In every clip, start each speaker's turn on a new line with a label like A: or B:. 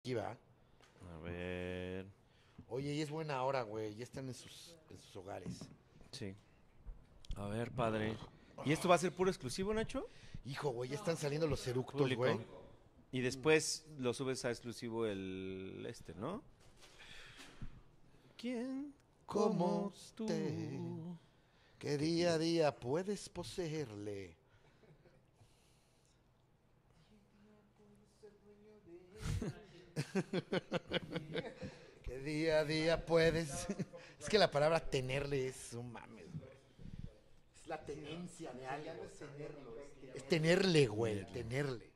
A: Aquí va.
B: A ver.
A: Oye, y es buena hora, güey. Ya están en sus, en sus hogares.
B: Sí. A ver, padre. ¿Y esto va a ser puro exclusivo, Nacho?
A: Hijo, güey, ya están saliendo los eructos,
B: Público.
A: güey.
B: Y después lo subes a exclusivo el este, ¿no? ¿Quién?
A: Como
B: ¿Cómo tú?
A: usted. Que día a día puedes poseerle. que día a día puedes. es que la palabra tenerle es un mames, güey. Es la tenencia de algo. Es tenerlo. Es tenerle, güey. Tenerle.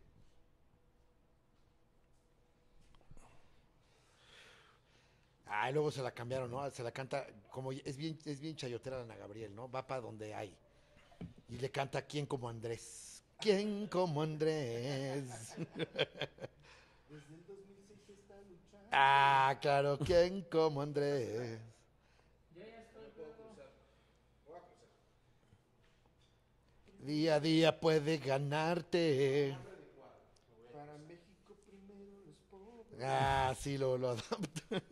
A: Ah, y luego se la cambiaron, ¿no? Se la canta, como es bien, es bien chayotera la Ana Gabriel, ¿no? Va para donde hay. Y le canta ¿Quién como Andrés? ¿Quién como Andrés? Ah, claro, ¿quién como Andrés? Día a día puede ganarte. Ah, sí, lo, lo adapta.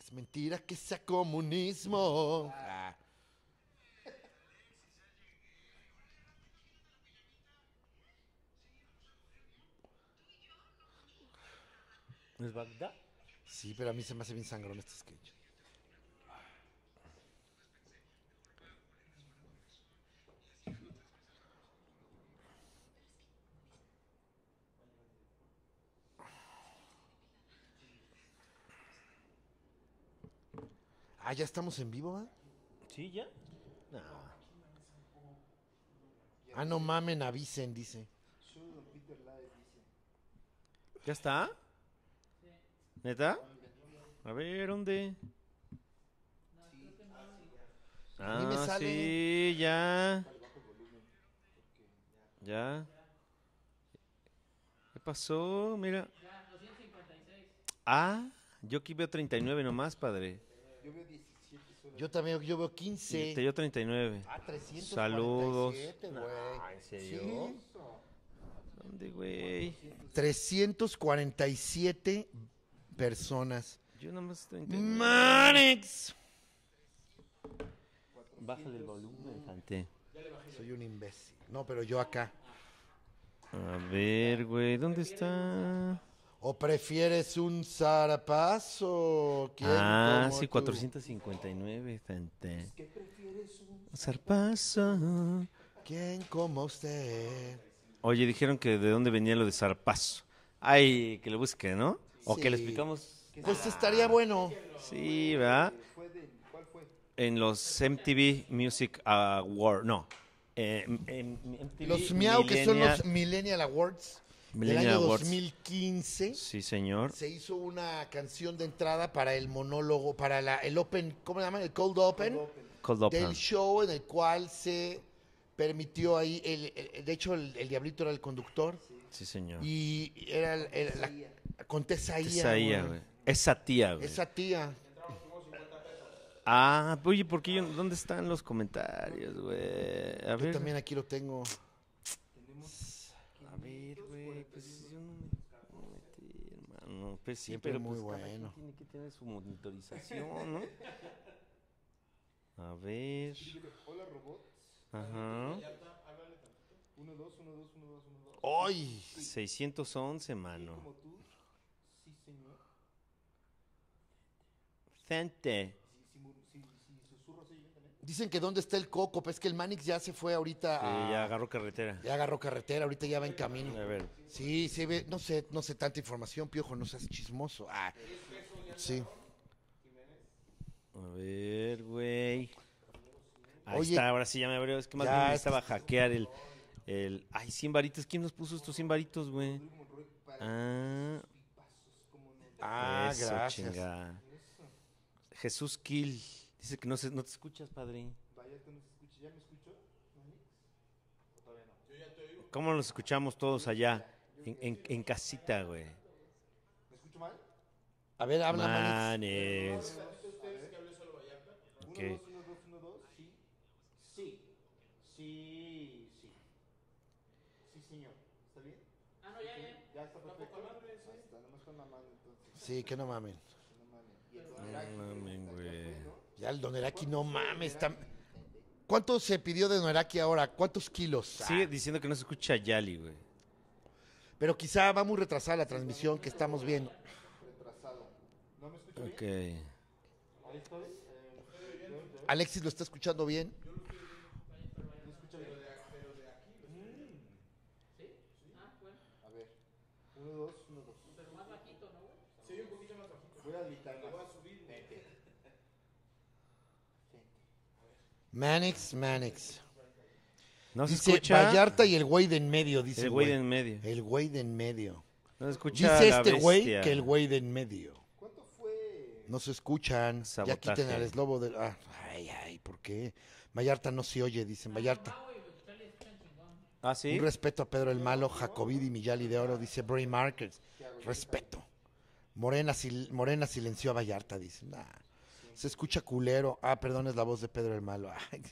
A: Es mentira que sea comunismo. Ah.
B: ¿Es Bagdad?
A: Sí, pero a mí se me hace bien sangrón este sketch. Ah, ya estamos en vivo, ¿va?
B: ¿Sí, ya?
A: No. Ah, no mamen, avisen, dice.
B: ¿Ya está? ¿Neta? A ver, ¿dónde?
A: A mí me
B: Ah,
A: sale.
B: sí, ya. Ya. ¿Qué pasó? Mira. Ah, yo aquí veo 39 nomás, padre.
A: Yo también, yo veo
B: Te
A: 15.
B: dio 39.
A: Ah, 347,
B: Saludos.
A: güey.
B: Ah, ¿en serio?
A: Sí.
B: ¿Dónde, güey?
A: 347 personas.
B: Yo nomás 39.
A: ¡Manex!
B: Bájale el volumen, Fante.
A: Soy un imbécil. No, pero yo acá.
B: A ver, güey, ¿dónde está?
A: ¿O prefieres un zarapazo? ¿Quién
B: Ah,
A: como Pues,
B: sí,
A: tú?
B: 459, Fante. Un zarpazo.
A: ¿Quién como usted?
B: Oye, dijeron que de dónde venía lo de zarpazo. Ay, que lo busque, ¿no? O que le
A: Sí.
B: explicamos.
A: Pues estaría bueno.
B: Sí, ¿verdad? En los MTV Music Awards, no. eh, em- em- MTV
A: Los Miau, que son los
B: Millennial-
A: Millennial Awards del
B: Millennial
A: año
B: Awards.
A: 2015,
B: Sí, señor.
A: se hizo una canción de entrada para el monólogo, para la, el Open, ¿cómo le llaman? El Cold Open.
B: Cold Open.
A: del show en el cual se permitió ahí, el, el- de hecho el, el diablito era el conductor
B: Sí, señor.
A: y era, el- el- la contesa
B: Esa
A: ahí
B: tía, güey. Esa tía, güey.
A: Esa tía.
B: Ah, oye, ¿por qué yo- ¿Dónde están los comentarios, güey? A
A: Yo
B: ver.
A: también aquí lo tengo.
B: A ver, güey, pues yo no me no me metí, hermano. Pues sí,
A: Siempre
B: pero
A: muy
B: pues cada quien
A: bueno.
B: tiene que tener su monitorización, ¿no? A ver. Ajá.
A: ¡Ay!
B: 611, mano. Gente.
A: Dicen que dónde está el coco, pues es que el Manix ya se fue ahorita a-
B: Sí, ya agarró carretera.
A: ya agarró carretera, ahorita ya va en camino.
B: A ver.
A: Sí, sí, ve, no sé, no sé tanta información, piojo, no seas chismoso. Ah, sí.
B: A ver, güey. Ahí
A: Oye.
B: está, ahora sí ya me abrió. Es que más
A: Ya,
B: bien
A: es que
B: necesitaba hackear el, el. Ay, 100 varitos. ¿Quién nos puso estos 100 varitos, güey? Ah,
A: Ah,
B: eso,
A: gracias.
B: chinga. Jesús Kill. Dice que no, se, no te escuchas, padre. ¿Cómo nos escuchamos todos allá? En, en- en casita, güey.
A: A ver, habla Manix.
B: Manes. Ok.
C: Sí, sí. Sí, señor. ¿Está bien?
D: Ah, no, ya, ya.
C: Ya está perfecto.
D: Tampoco lo hables, ¿eh?
C: Ahí está, nomás con la mano entonces.
A: Sí, que no mamen.
C: que No mames. Y el
D: No
C: Doneraki, está
B: mames,
C: aquí
B: güey.
C: afuera,
A: Ya el Doneraki, no
C: ¿Cuánto fue el
A: mames.
C: Doneraki?
A: está- ¿Cuánto se pidió de Doneraki ahora? ¿Cuántos kilos?
B: Sigue diciendo que no se escucha Yali, güey.
A: Ah, pero quizá va muy retrasada la transmisión que estamos viendo.
C: Retrasado. ¿No me escucho bien?
B: Ok.
C: Ahí estoy. Eh,
A: Alexis lo está escuchando bien.
C: ¿Me escucha bien?
D: Ah, bueno.
C: A ver. Uno, dos, uno, dos.
D: Pero más bajito, ¿no, güey?
C: Voy a gritar más. voy a subir.
A: Manix, Manix.
B: No se
A: Dice
B: escucha.
A: Vallarta y el güey de en medio, dice.
B: el güey de en medio.
A: El güey de en medio.
B: No se escucha
A: Dice
B: la
A: este güey
B: bestia.
A: que el güey de en medio.
C: ¿Cuánto fue?
A: No se escuchan. Ya
B: Sabotaje.
A: quiten al eslobo del. ah, ay, ay, ¿por qué? Vallarta no se oye, dicen. Vallarta.
D: Ah, güey, los chales están chingón.
B: Ah, sí.
A: Un respeto a Pedro el Malo, Jacobidi, Millali de Oro, dice Bray Markers. Respeto. Morena, sil- Morena silenció a Vallarta, dice. Nah, Se escucha culero. Ah, perdón, es la voz de Pedro el Malo. Ay,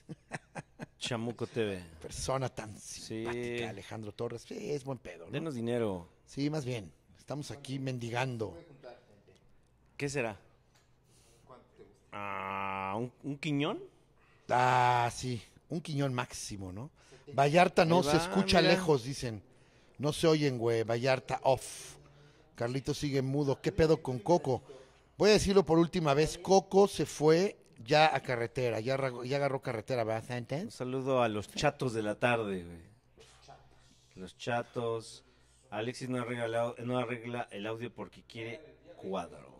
B: Chamuco TV.
A: persona tan simpática, Alejandro Torres. Sí, es buen pedo, ¿no?
B: Denos dinero.
A: Sí, más bien. Estamos aquí mendigando.
C: Voy a juntar, gente.
B: ¿Qué será?
C: ¿Cuánto te gusta?
B: Ah, ¿un, un quiñón?
A: Ah, sí. Un quiñón máximo, ¿no? Vallarta no
B: Ahí
A: se
B: va,
A: escucha
B: mira.
A: lejos, dicen. No se oyen, güey. Vallarta off. Carlito sigue mudo. ¿Qué pedo con Coco? Voy a decirlo por última vez. Coco se fue ya a carretera. Ya, arra- ya agarró carretera, ¿verdad,
B: Un
A: Santos?
B: saludo a los chatos de la tarde, güey. Los chatos. Alexis no, ha regalado- no arregla el audio porque quiere cuadro.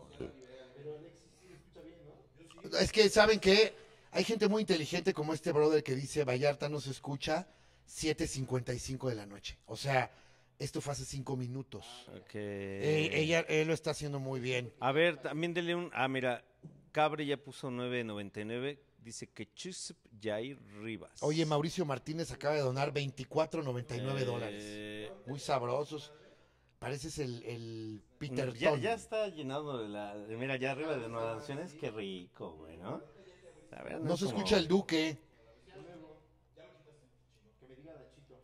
A: Es que, ¿saben qué? Hay gente muy inteligente como este brother que dice Vallarta no se escucha 7.55 de la noche. O sea, esto fue hace cinco minutos.
B: Ok.
A: Eh, ella, él lo está haciendo muy bien.
B: A ver, también dele un. Ah, mira, Cabre ya puso 9.99. Dice que Chusp Jair Rivas.
A: Oye, Mauricio Martínez acaba de donar 24.99
B: Eh,
A: dólares. Muy sabrosos. Pareces el, el Peter
B: no, ya,
A: Ton.
B: ya está llenado de la. de- Mira, ya arriba de donaciones. Qué rico, güey, ¿no? La verdad,
A: No
B: es
A: se
B: como-
A: escucha el Duque.
C: Que me diga Nachito.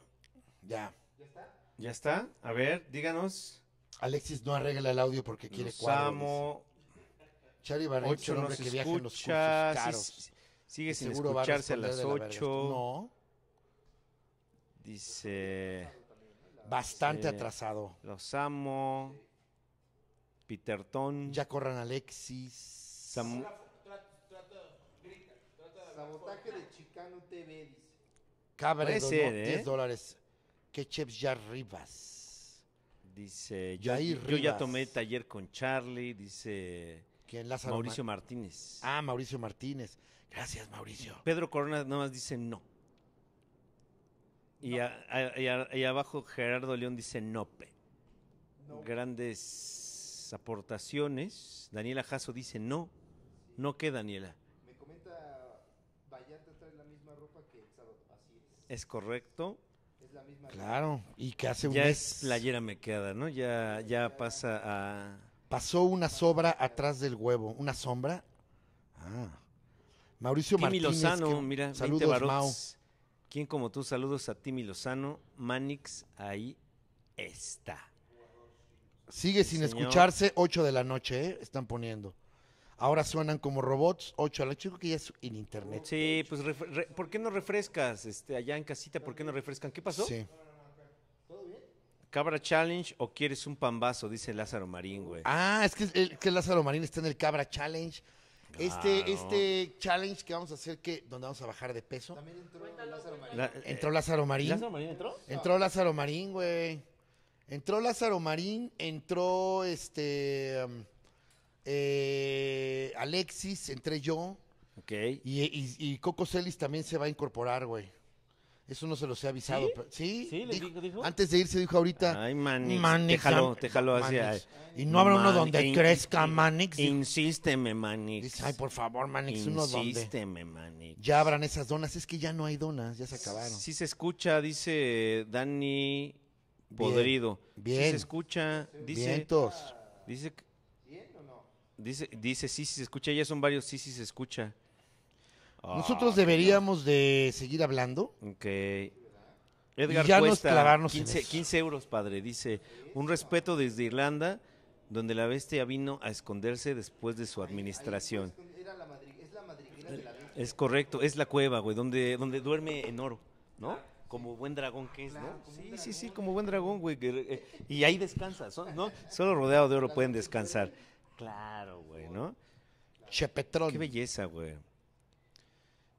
A: Ya.
C: ¿Ya está?
B: ¿Ya está? A ver, díganos.
A: Alexis no arregla el audio porque quiere
B: Los
A: cuadro.
B: amo.
A: dice. Charlie Barrett es
B: Ocho
A: un
B: no
A: hombre
B: se
A: que viaja en los cursos
B: escucha. sí,
A: caros.
B: sí, sigue
A: Y
B: sin
A: seguro va
B: escucharse a
A: responder
B: las
A: de la verga.
B: 8.
A: No,
B: Dice.
A: bastante
B: Sí.
A: atrasado.
B: Los amo. Peterton.
A: Ya corran Alexis.
B: Samu-
C: Sabotaje de Chicano TV, dice.
A: Cabre
B: Puede
A: donó
B: ser, ¿eh?
A: 10 dólares. Que Cheps ya Rivas.
B: Dice, yo,
A: Jair
B: yo ya
A: Rivas.
B: tomé taller con Charlie, dice
A: ¿Quién? Lázaro
B: Mauricio Martínez.
A: Ah, Mauricio Martínez. Gracias, Mauricio.
B: Pedro Corona nada más dice no. Y, a- a- y a- y abajo Gerardo León dice nope. Grandes aportaciones. Daniela Jasso dice no. No que Daniela.
C: Me comenta Vallarta trae la misma ropa que el sábado. Así es.
B: Es correcto.
C: Es la misma ropa.
A: Claro, y que hace un
B: Ya
A: mes
B: es playera me queda, ¿no? Ya, ya pasa a...
A: pasó una sobra atrás del huevo, una sombra. Ah. Mauricio
B: Timmy
A: Martínez.
B: Lozano,
A: que-
B: mira, 20
A: saludos,
B: barots.
A: Mau.
B: ¿Quién como tú? Saludos a Timmy Lozano. Manix, ahí está.
A: Sigue
B: Sí,
A: sin
B: señor.
A: escucharse, 8 de la noche, ¿eh? están poniendo. Ahora suenan como robots, 8 a la chico que ya es en internet.
B: Sí, pues, ref- re- ¿por qué no refrescas este, allá en casita? ¿Por qué no refrescan? ¿Qué pasó?
A: Sí.
B: ¿Cabra Challenge o quieres un pambazo? Dice Lázaro Marín, güey.
A: Ah, es que, el, que Lázaro Marín está en el Cabra Challenge. Este,
B: Claro.
A: este challenge que vamos a hacer, que donde vamos a bajar de peso.
C: También entró
D: Cuéntalo,
C: Lázaro
D: cuéntalo.
C: Marín.
B: La-
A: Entró Lázaro Marín.
B: ¿Lázaro Marín entró?
A: Entró Lázaro Marín, güey. Entró Lázaro Marín, entró este um, eh, Alexis, entré yo.
B: Ok.
A: Y, y- y Coco Celis también se va a incorporar, güey. Eso no se los he avisado. pero- ¿Sí?
B: ¿Sí? ¿Le dijo- dijo?
A: Antes de irse dijo ahorita.
B: Ay, Ah, Manix,
A: Manix,
B: te jaló,
A: am-
B: te jaló hacia...
A: Manix. Y no habrá uno
B: Man-
A: donde
B: in-
A: crezca,
B: in-
A: Manix. dijo.
B: Insísteme, Manix.
A: Dice, ay, por favor, Manix, uno donde.
B: Insísteme, Manix.
A: Ya habrán esas donas. Es que ya no hay donas, ya se acabaron.
B: Sí se escucha, dice Dani Podrido. Sí
A: bien.
B: se escucha, dice.
A: Vientos.
B: Dice,
C: ¿Bien o no?
B: dice, dice, sí, sí se escucha. Ya son varios, sí, sí se escucha.
A: Nosotros deberíamos de seguir hablando.
B: Ok. Edgar
A: ya no es
B: Cuesta,
A: clavarnos en
B: 15,
A: eso.
B: 15 euros, padre. Dice, un respeto desde Irlanda, donde la bestia vino a esconderse después de su administración.
C: Era la madri- pues, es la madriguera de la bestia.
B: Es correcto, es la cueva, güey, donde, donde duerme en oro, ¿no? Como buen dragón que es, ¿no? Sí, sí, sí, como buen dragón, güey. que, eh, Y ahí descansa, so- ¿no? Solo rodeado de oro pueden descansar. Claro, güey, ¿no?
A: Chepetrón.
B: Qué belleza, güey.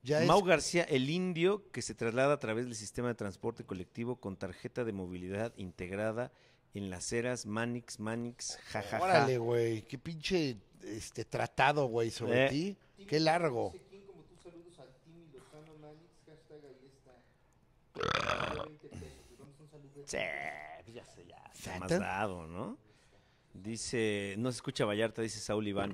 A: Ya es-
B: Mau García, el indio que se traslada a través del sistema de transporte colectivo con tarjeta de movilidad integrada en las eras Manix, Manix, jajaja.
A: Órale, güey. Qué pinche este, tratado, güey, sobre
B: Eh.
A: ti. Qué largo.
C: No sé quién como tú saludos al Timmy Lozano Manix, hashtag ahí está. 20 pesos, le damos un saludo.
B: Sí, pues ya sé, ya. Se
A: ¿Neta?
B: más dado, ¿no? Dice, no se escucha Vallarta, dice Saúl Iván.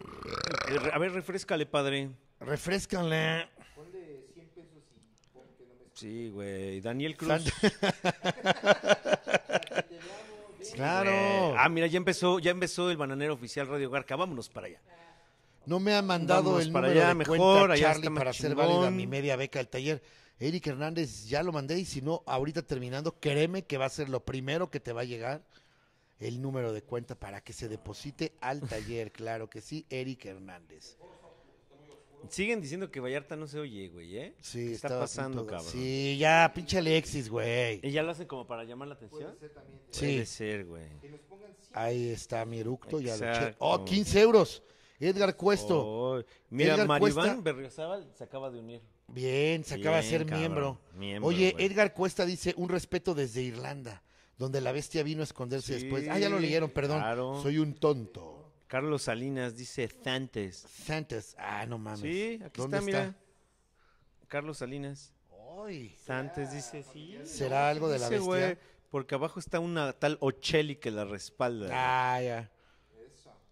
B: Eh, re- A ver, refrescale, padre.
A: Refrescanle.
C: Ponle 100 pesos y pon que no me escuche.
B: Sí, güey. Daniel Cruz.
A: Sant- claro.
B: güey. Ah, mira, ya empezó, ya empezó el bananero oficial Radio Garca. Vámonos para allá.
A: No me ha mandado
B: Vámonos
A: el
B: para
A: número
B: allá,
A: de
B: mejor,
A: cuenta
B: allá
A: Charlie
B: está más
A: para hacer
B: chingón.
A: válida mi media beca del taller. Eric Hernández, ya lo mandé y si no, ahorita terminando, créeme que va a ser lo primero que te va a llegar el número de cuenta para que se deposite al taller. Claro que sí, Eric Hernández.
B: Siguen diciendo que Vallarta no se oye, güey, ¿eh?
A: Sí,
B: ¿Qué está
A: estaba a
B: pasando,
A: punto de-
B: cabrón?
A: Sí, ya, pinche Alexis, güey.
B: ¿Y ya lo hacen como para llamar la atención?
A: Sí,
B: Puede ser, güey.
C: Que nos pongan 100
A: ahí está mi eructo. Ya lo eché.
B: Exacto.
A: Oh, 15 euros. Edgar Cuesto.
B: Oh, mira,
A: Edgar Cuesta-
B: Maribán Berriozábal se acaba de unir.
A: Bien, se acaba de
B: Bien,
A: ser
B: cabrón.
A: miembro.
B: Miembro,
A: Oye,
B: güey.
A: Edgar Cuesta dice, un respeto desde Irlanda, donde la bestia vino a esconderse
B: Sí,
A: después. Ah, ya lo leyeron, perdón.
B: claro.
A: Soy un tonto.
B: Carlos Salinas dice Zantes.
A: Santos. Ah, no mames.
B: Sí, aquí
A: ¿Dónde
B: está, mira. Carlos Salinas.
A: Ay,
B: Zantes dice, sí.
A: Ah, ¿Será algo de la
B: Dice, güey,
A: bestia?
B: porque abajo está una tal Ocheli que la respalda.
A: Ah, ya.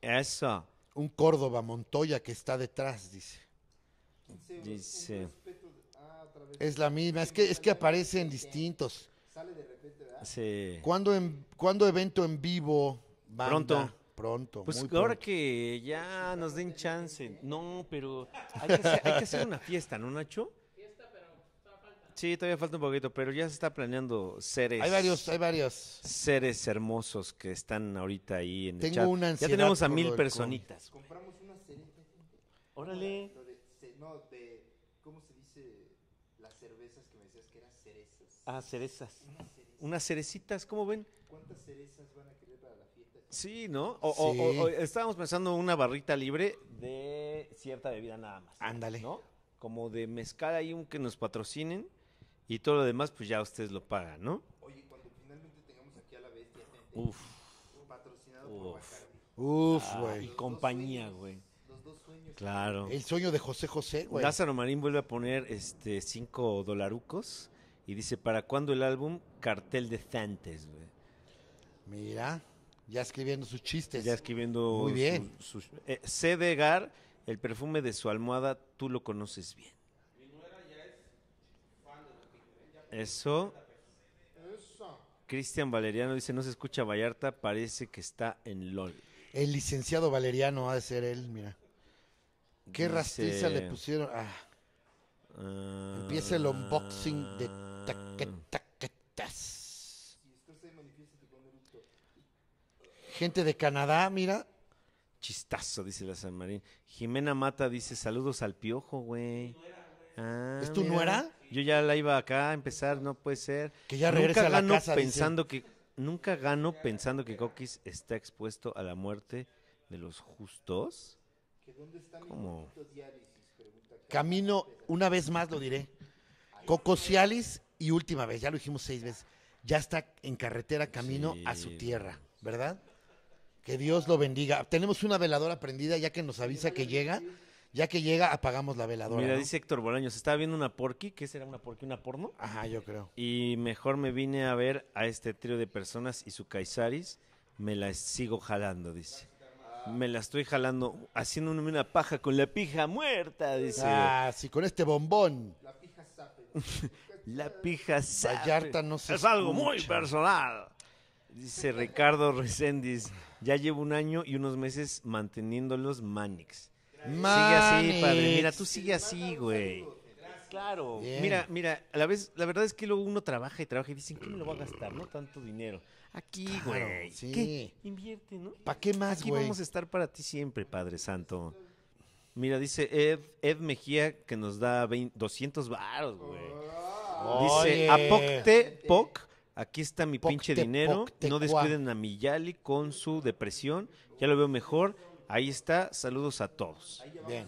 B: Eso.
A: Un Córdoba Montoya que está detrás, dice.
C: euros,
B: Dice.
C: un respeto de- ah, otra vez.
A: Es la misma, es que, es que aparecen distintos.
C: Sale de repente, ¿verdad?
B: Sí.
A: ¿Cuándo, en, ¿cuándo evento en vivo? banda?
B: Pronto.
A: Pronto.
B: Pues
A: muy
B: ahora
A: pronto.
B: que ya nos den chance. No, pero hay que, hacer, hay que hacer una fiesta, ¿no, Nacho? Sí, todavía falta un poquito, pero ya se está planeando seres.
A: Hay varios, hay varios.
B: Seres hermosos que están ahorita ahí en
A: Tengo
B: el chat.
A: una
B: ya
A: ansiedad
B: tenemos a
A: por lo
B: mil
A: del
B: personitas. güey.
C: Compramos una cereta.
B: Órale.
C: Lo de, ce- no, de, ¿cómo se dice? Las cervezas que me decías que eran cerezas.
B: Ah, cerezas.
C: Unas cerezas.
B: Unas cerecitas, ¿cómo ven?
C: ¿Cuántas cerezas van a querer para la fiesta?
B: Sí, ¿no? O, o- o-
A: Sí.
B: o estábamos pensando una barrita libre de cierta bebida nada más.
A: Ándale.
B: ¿No? Como de mezcal ahí un que nos patrocinen y todo lo demás pues ya ustedes lo pagan, ¿no?
C: Oye, cuando finalmente tengamos aquí a la bestia, gente,
B: Uf.
C: patrocinado
B: Uf.
C: por Bacardi.
A: Uf,
B: Ah,
A: güey.
B: y compañía, güey.
C: Los dos sueños.
B: Claro.
A: El sueño de José José, güey.
B: Lázaro Marín vuelve a poner este cinco dolarucos y dice, ¿para cuándo el álbum? Cartel de Zantes, güey.
A: Mira, ya escribiendo sus chistes.
B: Ya escribiendo
A: Muy bien.
B: su- su- eh, C. de Gar, el perfume de su almohada, tú lo conoces bien. Eso. Cristian Valeriano dice, no se escucha Vallarta, parece que está en LOL.
A: El licenciado Valeriano ha de ser él, mira. Qué
B: Dice,
A: rastriza le pusieron. Ah,
B: ah,
A: empieza el unboxing de taque, taquetas. Gente de Canadá, mira.
B: Chistazo, dice la San Marín. Jimena Mata dice, saludos al piojo, güey. Ah,
A: ¿Es tu
B: mira.
A: nuera?
B: Yo ya la iba acá a empezar, no puede ser.
A: Que ya regrese
B: nunca
A: a la
B: gano
A: casa, dice.
B: pensando que Nunca gano pensando que Coquis está expuesto a la muerte de los justos.
C: ¿Que dónde está mi
B: ¿Cómo?
C: poquito diálisis? Pregunta acá.
A: Camino, una vez más lo diré. Cocosialis y última vez, ya lo dijimos seis veces. Ya está en carretera camino a su
B: Sí.
A: tierra, ¿verdad? Que Dios lo bendiga. Tenemos una veladora prendida ya que nos avisa que llega. Ya que llega, apagamos la veladora.
B: Mira,
A: ¿no?
B: dice Héctor Bolaños, estaba viendo una porqui, ¿qué será una porqui? ¿Una porno?
A: Ajá, yo creo.
B: Y mejor me vine a ver a este trío de personas y su Kaisaris. Me la sigo jalando, dice. Me la estoy jalando, haciéndome una paja con la pija muerta, dice.
A: Ah, sí, con este bombón.
C: La pija zape.
B: La pija sabe.
A: Vallarta no se
B: Es algo muy
A: escucha.
B: personal. Dice Ricardo Reséndiz. Ya llevo un año y unos meses manteniéndolos Manix. Sigue así, padre. Mira, tú sigue así, güey. Claro.
A: Bien.
B: Mira, mira, a la vez, la verdad es que luego uno trabaja y trabaja y dicen, ¿qué me lo va a gastar, no? Tanto dinero. Aquí,
A: Claro,
B: güey.
A: sí.
B: ¿Qué? Invierte, ¿no?
A: ¿Para qué más,
B: Aquí
A: güey?
B: vamos a estar para ti siempre, Padre Santo. Mira, dice Ed, Ed Mejía que nos da 20 200 varos, güey.
A: Oye.
B: Dice, apocte, poc, aquí está mi
A: Pocte,
B: pinche dinero.
A: pocte,
B: no
A: cuá.
B: descuiden a mi Yali con su depresión. Ya lo veo mejor. Ahí está. Saludos a todos.
A: Bien.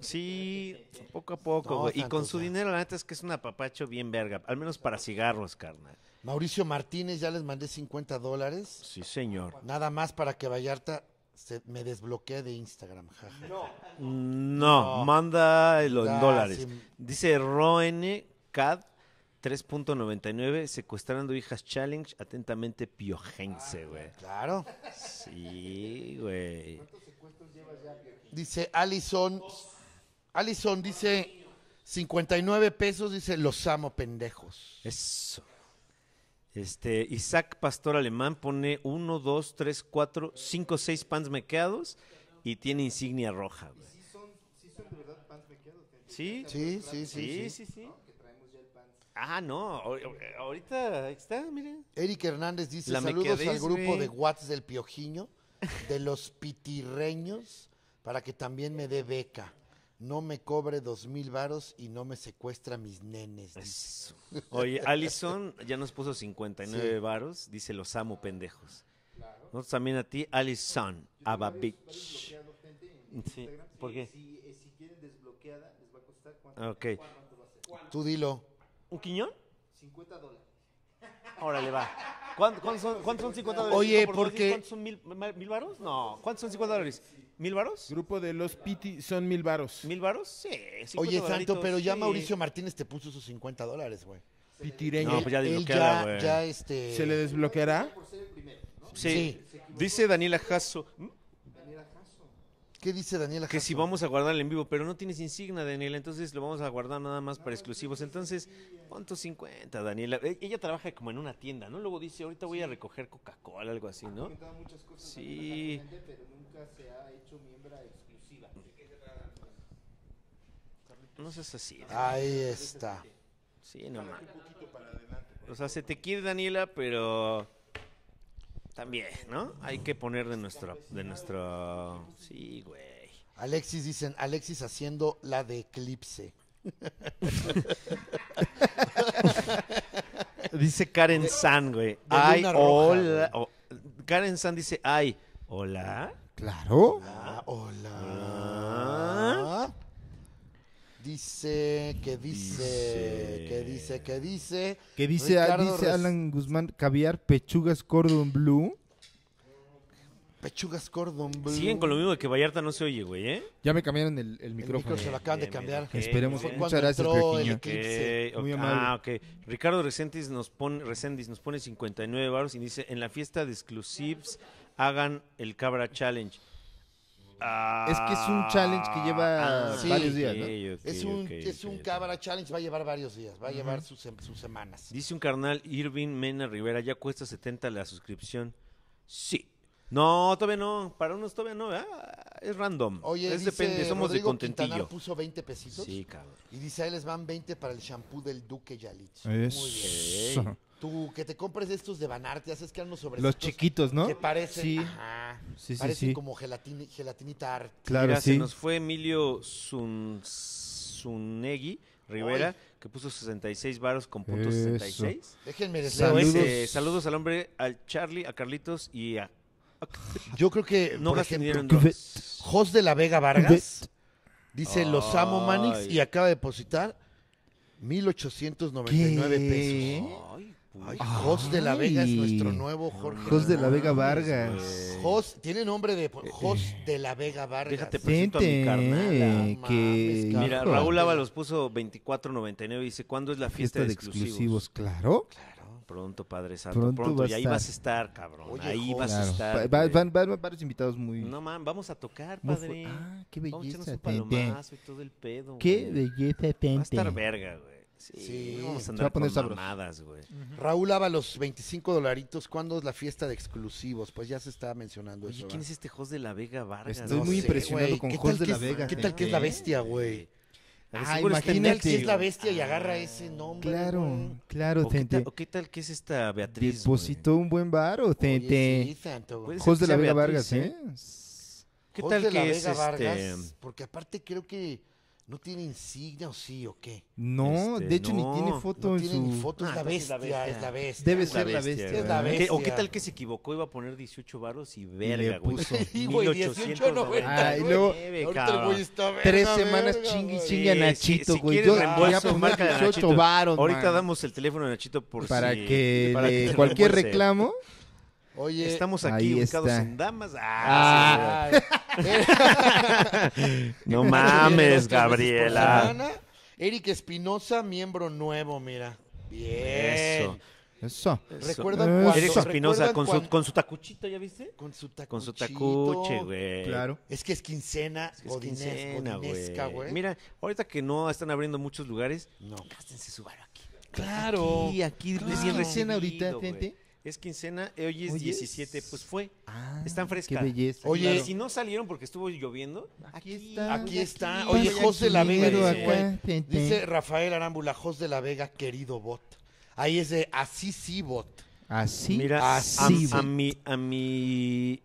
B: Sí, poco a poco,
A: No,
B: güey. y con
A: santo,
B: su
A: o sea.
B: dinero, la neta es que es un apapacho bien verga. Al menos para cigarros, carnal.
A: Mauricio Martínez, ya les mandé 50 dólares.
B: Sí, señor.
A: Nada más para que Vallarta se me desbloquee de Instagram. jaja.
B: No,
A: No.
B: manda en
A: Ah,
B: dólares.
A: sí.
B: Dice Roen Cad 3.99, secuestrando hijas challenge, atentamente piojense, güey.
A: Claro.
B: Sí, güey.
A: Dice Allison. Allison dice 59 pesos. Dice, los amo, pendejos.
B: Eso. Este, Isaac Pastor Alemán pone 1, 2, 3, 4, 5, 6 pants mequeados y tiene insignia roja, güey. ¿Sí?
A: Sí, sí, sí. sí.
B: Sí, sí, sí. Ah, no, ahor- ahor- ahorita ahí está, mira.
A: Eric Hernández dice,
B: La
A: saludos al
B: mequedez,
A: grupo
B: güey.
A: de Watts del Piojiño, de los pitirreños, para que también me dé beca. No me cobre dos mil varos y no me secuestra mis nenes. dice.
B: Eso. Oye, Allison ya nos puso 59 varos, dice los amo pendejos. Nosotros también a ti, Allison, Abba Bitch.
C: bloqueado gente en
B: Sí,
C: Instagram.
B: ¿por qué?
C: Si, eh, si quieren desbloqueada, les va a costar cuánto,
B: Ok.
C: cuánto va a ser.
A: Tú dilo.
B: ¿Un quiñón?
C: 50 dólares.
B: Órale, va. ¿Cuán- ¿Cuántos son, cuántos son 50 dólares?
A: Oye,
B: ¿Cinco por
A: porque-
B: diez? ¿Cuántos son mil, ma- mil varos? No, ¿cuántos son 50 dólares? ¿Mil varos?
E: Grupo de los Piti son mil varos.
B: ¿Mil varos? Sí. 50
A: Oye, Santo,
B: dolaritos,
A: pero ya
B: sí.
A: Mauricio Martínez te puso sus 50 dólares, güey.
E: Pitireño.
B: No, pues ya
A: Él
B: desbloqueada,
A: ya,
B: güey.
A: ya, este...
E: ¿Se le desbloqueará?
B: Sí.
A: Sí.
B: Dice Daniela Jasso ¿m?
A: ¿Qué dice Daniela?
B: que si
A: Jasso?
B: vamos a guardar el en vivo, pero no tienes insignia, Daniela, entonces lo vamos a guardar nada más para exclusivos. Entonces, ¿cuántos 50, Daniela? E- Ella trabaja como en una tienda, ¿no? Luego dice, ahorita voy a recoger Coca-Cola, algo así, ¿no?
C: Comentaba muchas cosas
B: Sí.
C: Daniela Fernández, pero nunca se ha hecho miembro exclusiva.
B: No seas así. Dani.
A: Ahí está.
B: Sí, no mames. O sea, se te quiere Daniela, pero también, ¿no? Hay que poner de nuestro de nuestro Sí, güey.
A: Alexis dicen, Alexis haciendo la de Eclipse.
B: Dice Karen San, güey.
A: luna
B: Ay,
A: roja,
B: hola. o- Karen San dice, "Ay, hola."
E: Claro.
A: Ah, hola.
B: Ah.
A: Dice, que dice,
B: Dice.
A: que dice, que dice.
E: Que dice,
A: Ricardo
E: dice
A: Res-
E: Alan Guzmán, caviar, pechugas, cordon blue.
A: Pechugas Cordon Bleu.
B: Siguen con lo mismo de que Vallarta no se oye, güey, ¿eh?
E: Ya me cambiaron el, el
A: El
E: micrófono.
A: micro se lo acaban de cambiar.
B: Bien, bien, ok,
E: Esperemos
B: muy
A: Fue
E: que-
B: bien.
A: cuando
E: Muchas gracias,
A: entró el
E: Piojiño.
A: eclipse.
B: Ok,
E: Muy
B: ok.
E: amable.
B: Ah, ok. Ricardo Reséndiz nos pone, Reséndiz nos pone 59 baros y dice, en la fiesta de exclusives hagan el Cabra Challenge. Ah,
E: Es que es un challenge que lleva
A: sí. varios
E: días,
A: Es un, es un
B: cabra
A: Cabra Challenge, va a llevar varios días, va a llevar sus, sem- sus semanas.
B: Dice un carnal, Irving Mena Rivera, ya cuesta 70 la suscripción. Sí. No, todavía no. Para unos todavía no, ¿verdad? Es random.
A: Oye,
B: es
A: dice
B: depende, somos
A: Rodrigo
B: de
A: Quintanar
B: contentillo.
A: puso 20 pesitos
B: Sí, cabrón.
A: y dice, ahí les van 20 para el shampoo del Duque Yalit. Muy bien.
E: Eso.
B: bien.
A: Tú, que te compres estos de Banarte, haces que unos sobre
E: Los chiquitos, ¿no?
A: Que parecen,
E: Sí.
A: ajá,
E: Sí, sí,
A: parecen
E: sí.
A: como gelatin- gelatinita art.
E: Claro,
B: Mira, se
E: sí.
B: nos fue Emilio Sun- Zunegui Rivera, que puso 66 varos con punto
E: Eso.
B: 66.
A: Déjenme este.
E: Saludos.
A: decirles.
B: Saludos. saludos al hombre, al Charlie, a Carlitos y a...
A: Yo creo que, Eh,
B: No
A: por
B: gasten dinero
A: ejemplo,
B: en
E: ¿qué
B: drogas.
A: Jos de la Vega Vargas dice, los amo, Manix,
B: Ay.
A: y acaba de depositar 1,899
E: ¿Qué?
A: pesos.
B: ¿Eh? Ay,
A: Ay, pues.
B: puta.
A: Jos de la Vega es
E: Ay.
A: nuestro nuevo Jorge.
E: Jos Ah, de la
A: Hernández.
E: Vega Vargas.
B: Güey.
A: Jos, tiene nombre de Jos de la Vega Vargas.
B: Déjate Presento a mi
E: Gente,
B: carnala.
E: eh,
A: No
E: que...
A: mames, cabrón.
B: Mira,
A: Hijo.
B: Raúl Ábalos puso 24.99 y dice, ¿cuándo es la fiesta,
E: Fiesta de
B: exclusivos?
E: exclusivos, claro.
B: Pronto, Padre Santo, pronto,
E: Pronto va
B: y
E: a
B: ahí
E: estar.
B: vas a estar, cabrón,
A: Oye,
B: ahí
A: joven.
B: vas a
E: Claro.
B: estar.
E: Va-
B: güey.
E: van, van varios invitados muy...
B: No, man, vamos a tocar,
E: muy
B: padre.
E: fu- ah, qué
B: vamos a echarnos
E: belleza,
B: un
E: Tente.
B: palomazo y todo el pedo,
E: Qué
B: güey.
E: belleza,
B: Va a estar
E: Tente.
B: verga, güey. Sí,
A: Sí.
B: no vamos
A: Se
B: a
E: va
B: andar
E: a poner
B: con
E: sabroso.
B: mamadas, güey.
A: Raúl Ábalos, 25 dolaritos. ¿Cuándo es la fiesta de exclusivos? Pues ya se estaba mencionando
B: Oye,
A: eso.
B: ¿quién
A: ¿verdad?
B: es este host de la Vega Vargas?
E: Estoy
A: No
E: muy
A: sé,
E: impresionado
A: güey.
E: con
A: ¿Qué
E: Jos
A: tal
E: de
A: que
E: la
A: es-
E: Vega. ¿eh?
A: ¿Qué tal que es la
E: Tente?
A: bestia, güey?
E: Ah,
B: Seguro está en
A: ¿Qué tal
E: imagínate.
A: si es la
B: Netflix.
A: bestia y agarra ese nombre? güey?
E: Ah, Claro, claro,
B: ¿O qué,
E: Tente.
B: tal, o qué tal que es esta Beatriz? güey?
E: Depositó un buen varo,
A: Oye, sí,
E: Tente.
A: santo.
B: Puede ser
E: Jos de
B: que
E: la
B: sea
E: Vega
B: Beatriz,
E: Vargas, ¿eh?
B: ¿Qué
A: Jos
B: tal
A: de
B: que
A: la
B: es
A: Vega
B: este?
A: Vargas, porque aparte creo que no tiene insignia o sí o qué.
E: No,
B: Este,
E: de hecho
B: no,
E: ni tiene foto
A: No
E: en
A: tiene ni
E: su...
A: foto,
B: Ah,
A: es la
B: entonces es la
A: bestia,
B: bestia.
A: es la bestia.
E: Debe
A: Es la
E: ser la
A: bestia.
E: bestia.
A: Es la
E: ¿verdad?
B: ¿Qué- ¿O qué
A: bestia.
B: tal que se equivocó? Iba a poner 18 varos y
E: Y
B: verga,
E: le
B: güey.
E: puso.
A: Sí, güey, 18.99.
E: Ay, luego,
A: Ahorita el güey está
E: Tres
A: verga,
E: semanas
A: verga,
E: chingui
A: güey.
E: chingue a
B: Sí, si-
E: Nachito,
B: si
E: güey.
B: quieres
E: Yo
B: reembolso,
E: ya poner
B: marca de
E: 18
B: Nachito.
E: varos,
B: Ahorita
E: man,
B: damos el teléfono de Nachito por
E: Para
B: si-
E: que
B: para
E: de
B: que te
E: cualquier
B: reembolse.
E: reclamo...
A: Oye,
B: Estamos
E: Ahí
B: aquí ubicados
E: está.
B: en Damas. Ah,
A: ay,
B: sí, güey. no
A: Oye, los
B: mames,
A: cambios por
B: Gabriela.
A: semana. Eric Espinosa, miembro nuevo, mira. Bien.
B: Eso.
E: Eso.
B: eso.
A: ¿Recuerdan
E: Eso.
A: cuando
B: Eric Espinosa
A: recuerdan
B: con su,
A: cuan-
B: con su tacuchito, ¿ya viste?
A: con su tacuchito?
B: Con su tacuche, güey.
E: Claro.
A: Es que es quincena
B: Es que es
A: godinés,
B: quincena,
A: godinesca, güey.
B: Mira, ahorita que no están abriendo muchos lugares,
A: No.
B: gástense su varo aquí.
A: Claro.
B: Aquí, aquí
E: Claro.
B: recién
E: ¿Es quincena
B: recibido,
E: ahorita,
B: güey.
E: Tente?
B: Es quincena, eh, hoy es
E: Hoy es-
B: 17, pues fue.
E: Ah,
B: Están frescas.
E: Qué belleza.
A: Oye,
B: Y si no salieron porque estuvo lloviendo,
E: Aquí está.
A: Aquí está.
E: Aquí,
A: Oye,
E: aquí,
A: José La Vega
E: dinero
A: dice,
E: acá,
A: güey,
E: tente.
A: Dice Rafael Arámbula, Jos de la Vega, querido bot. Ahí es de así sí bot.
E: Así.
B: Mira, a-
E: así,
B: a,
E: güey.
B: mi, a mi, a mi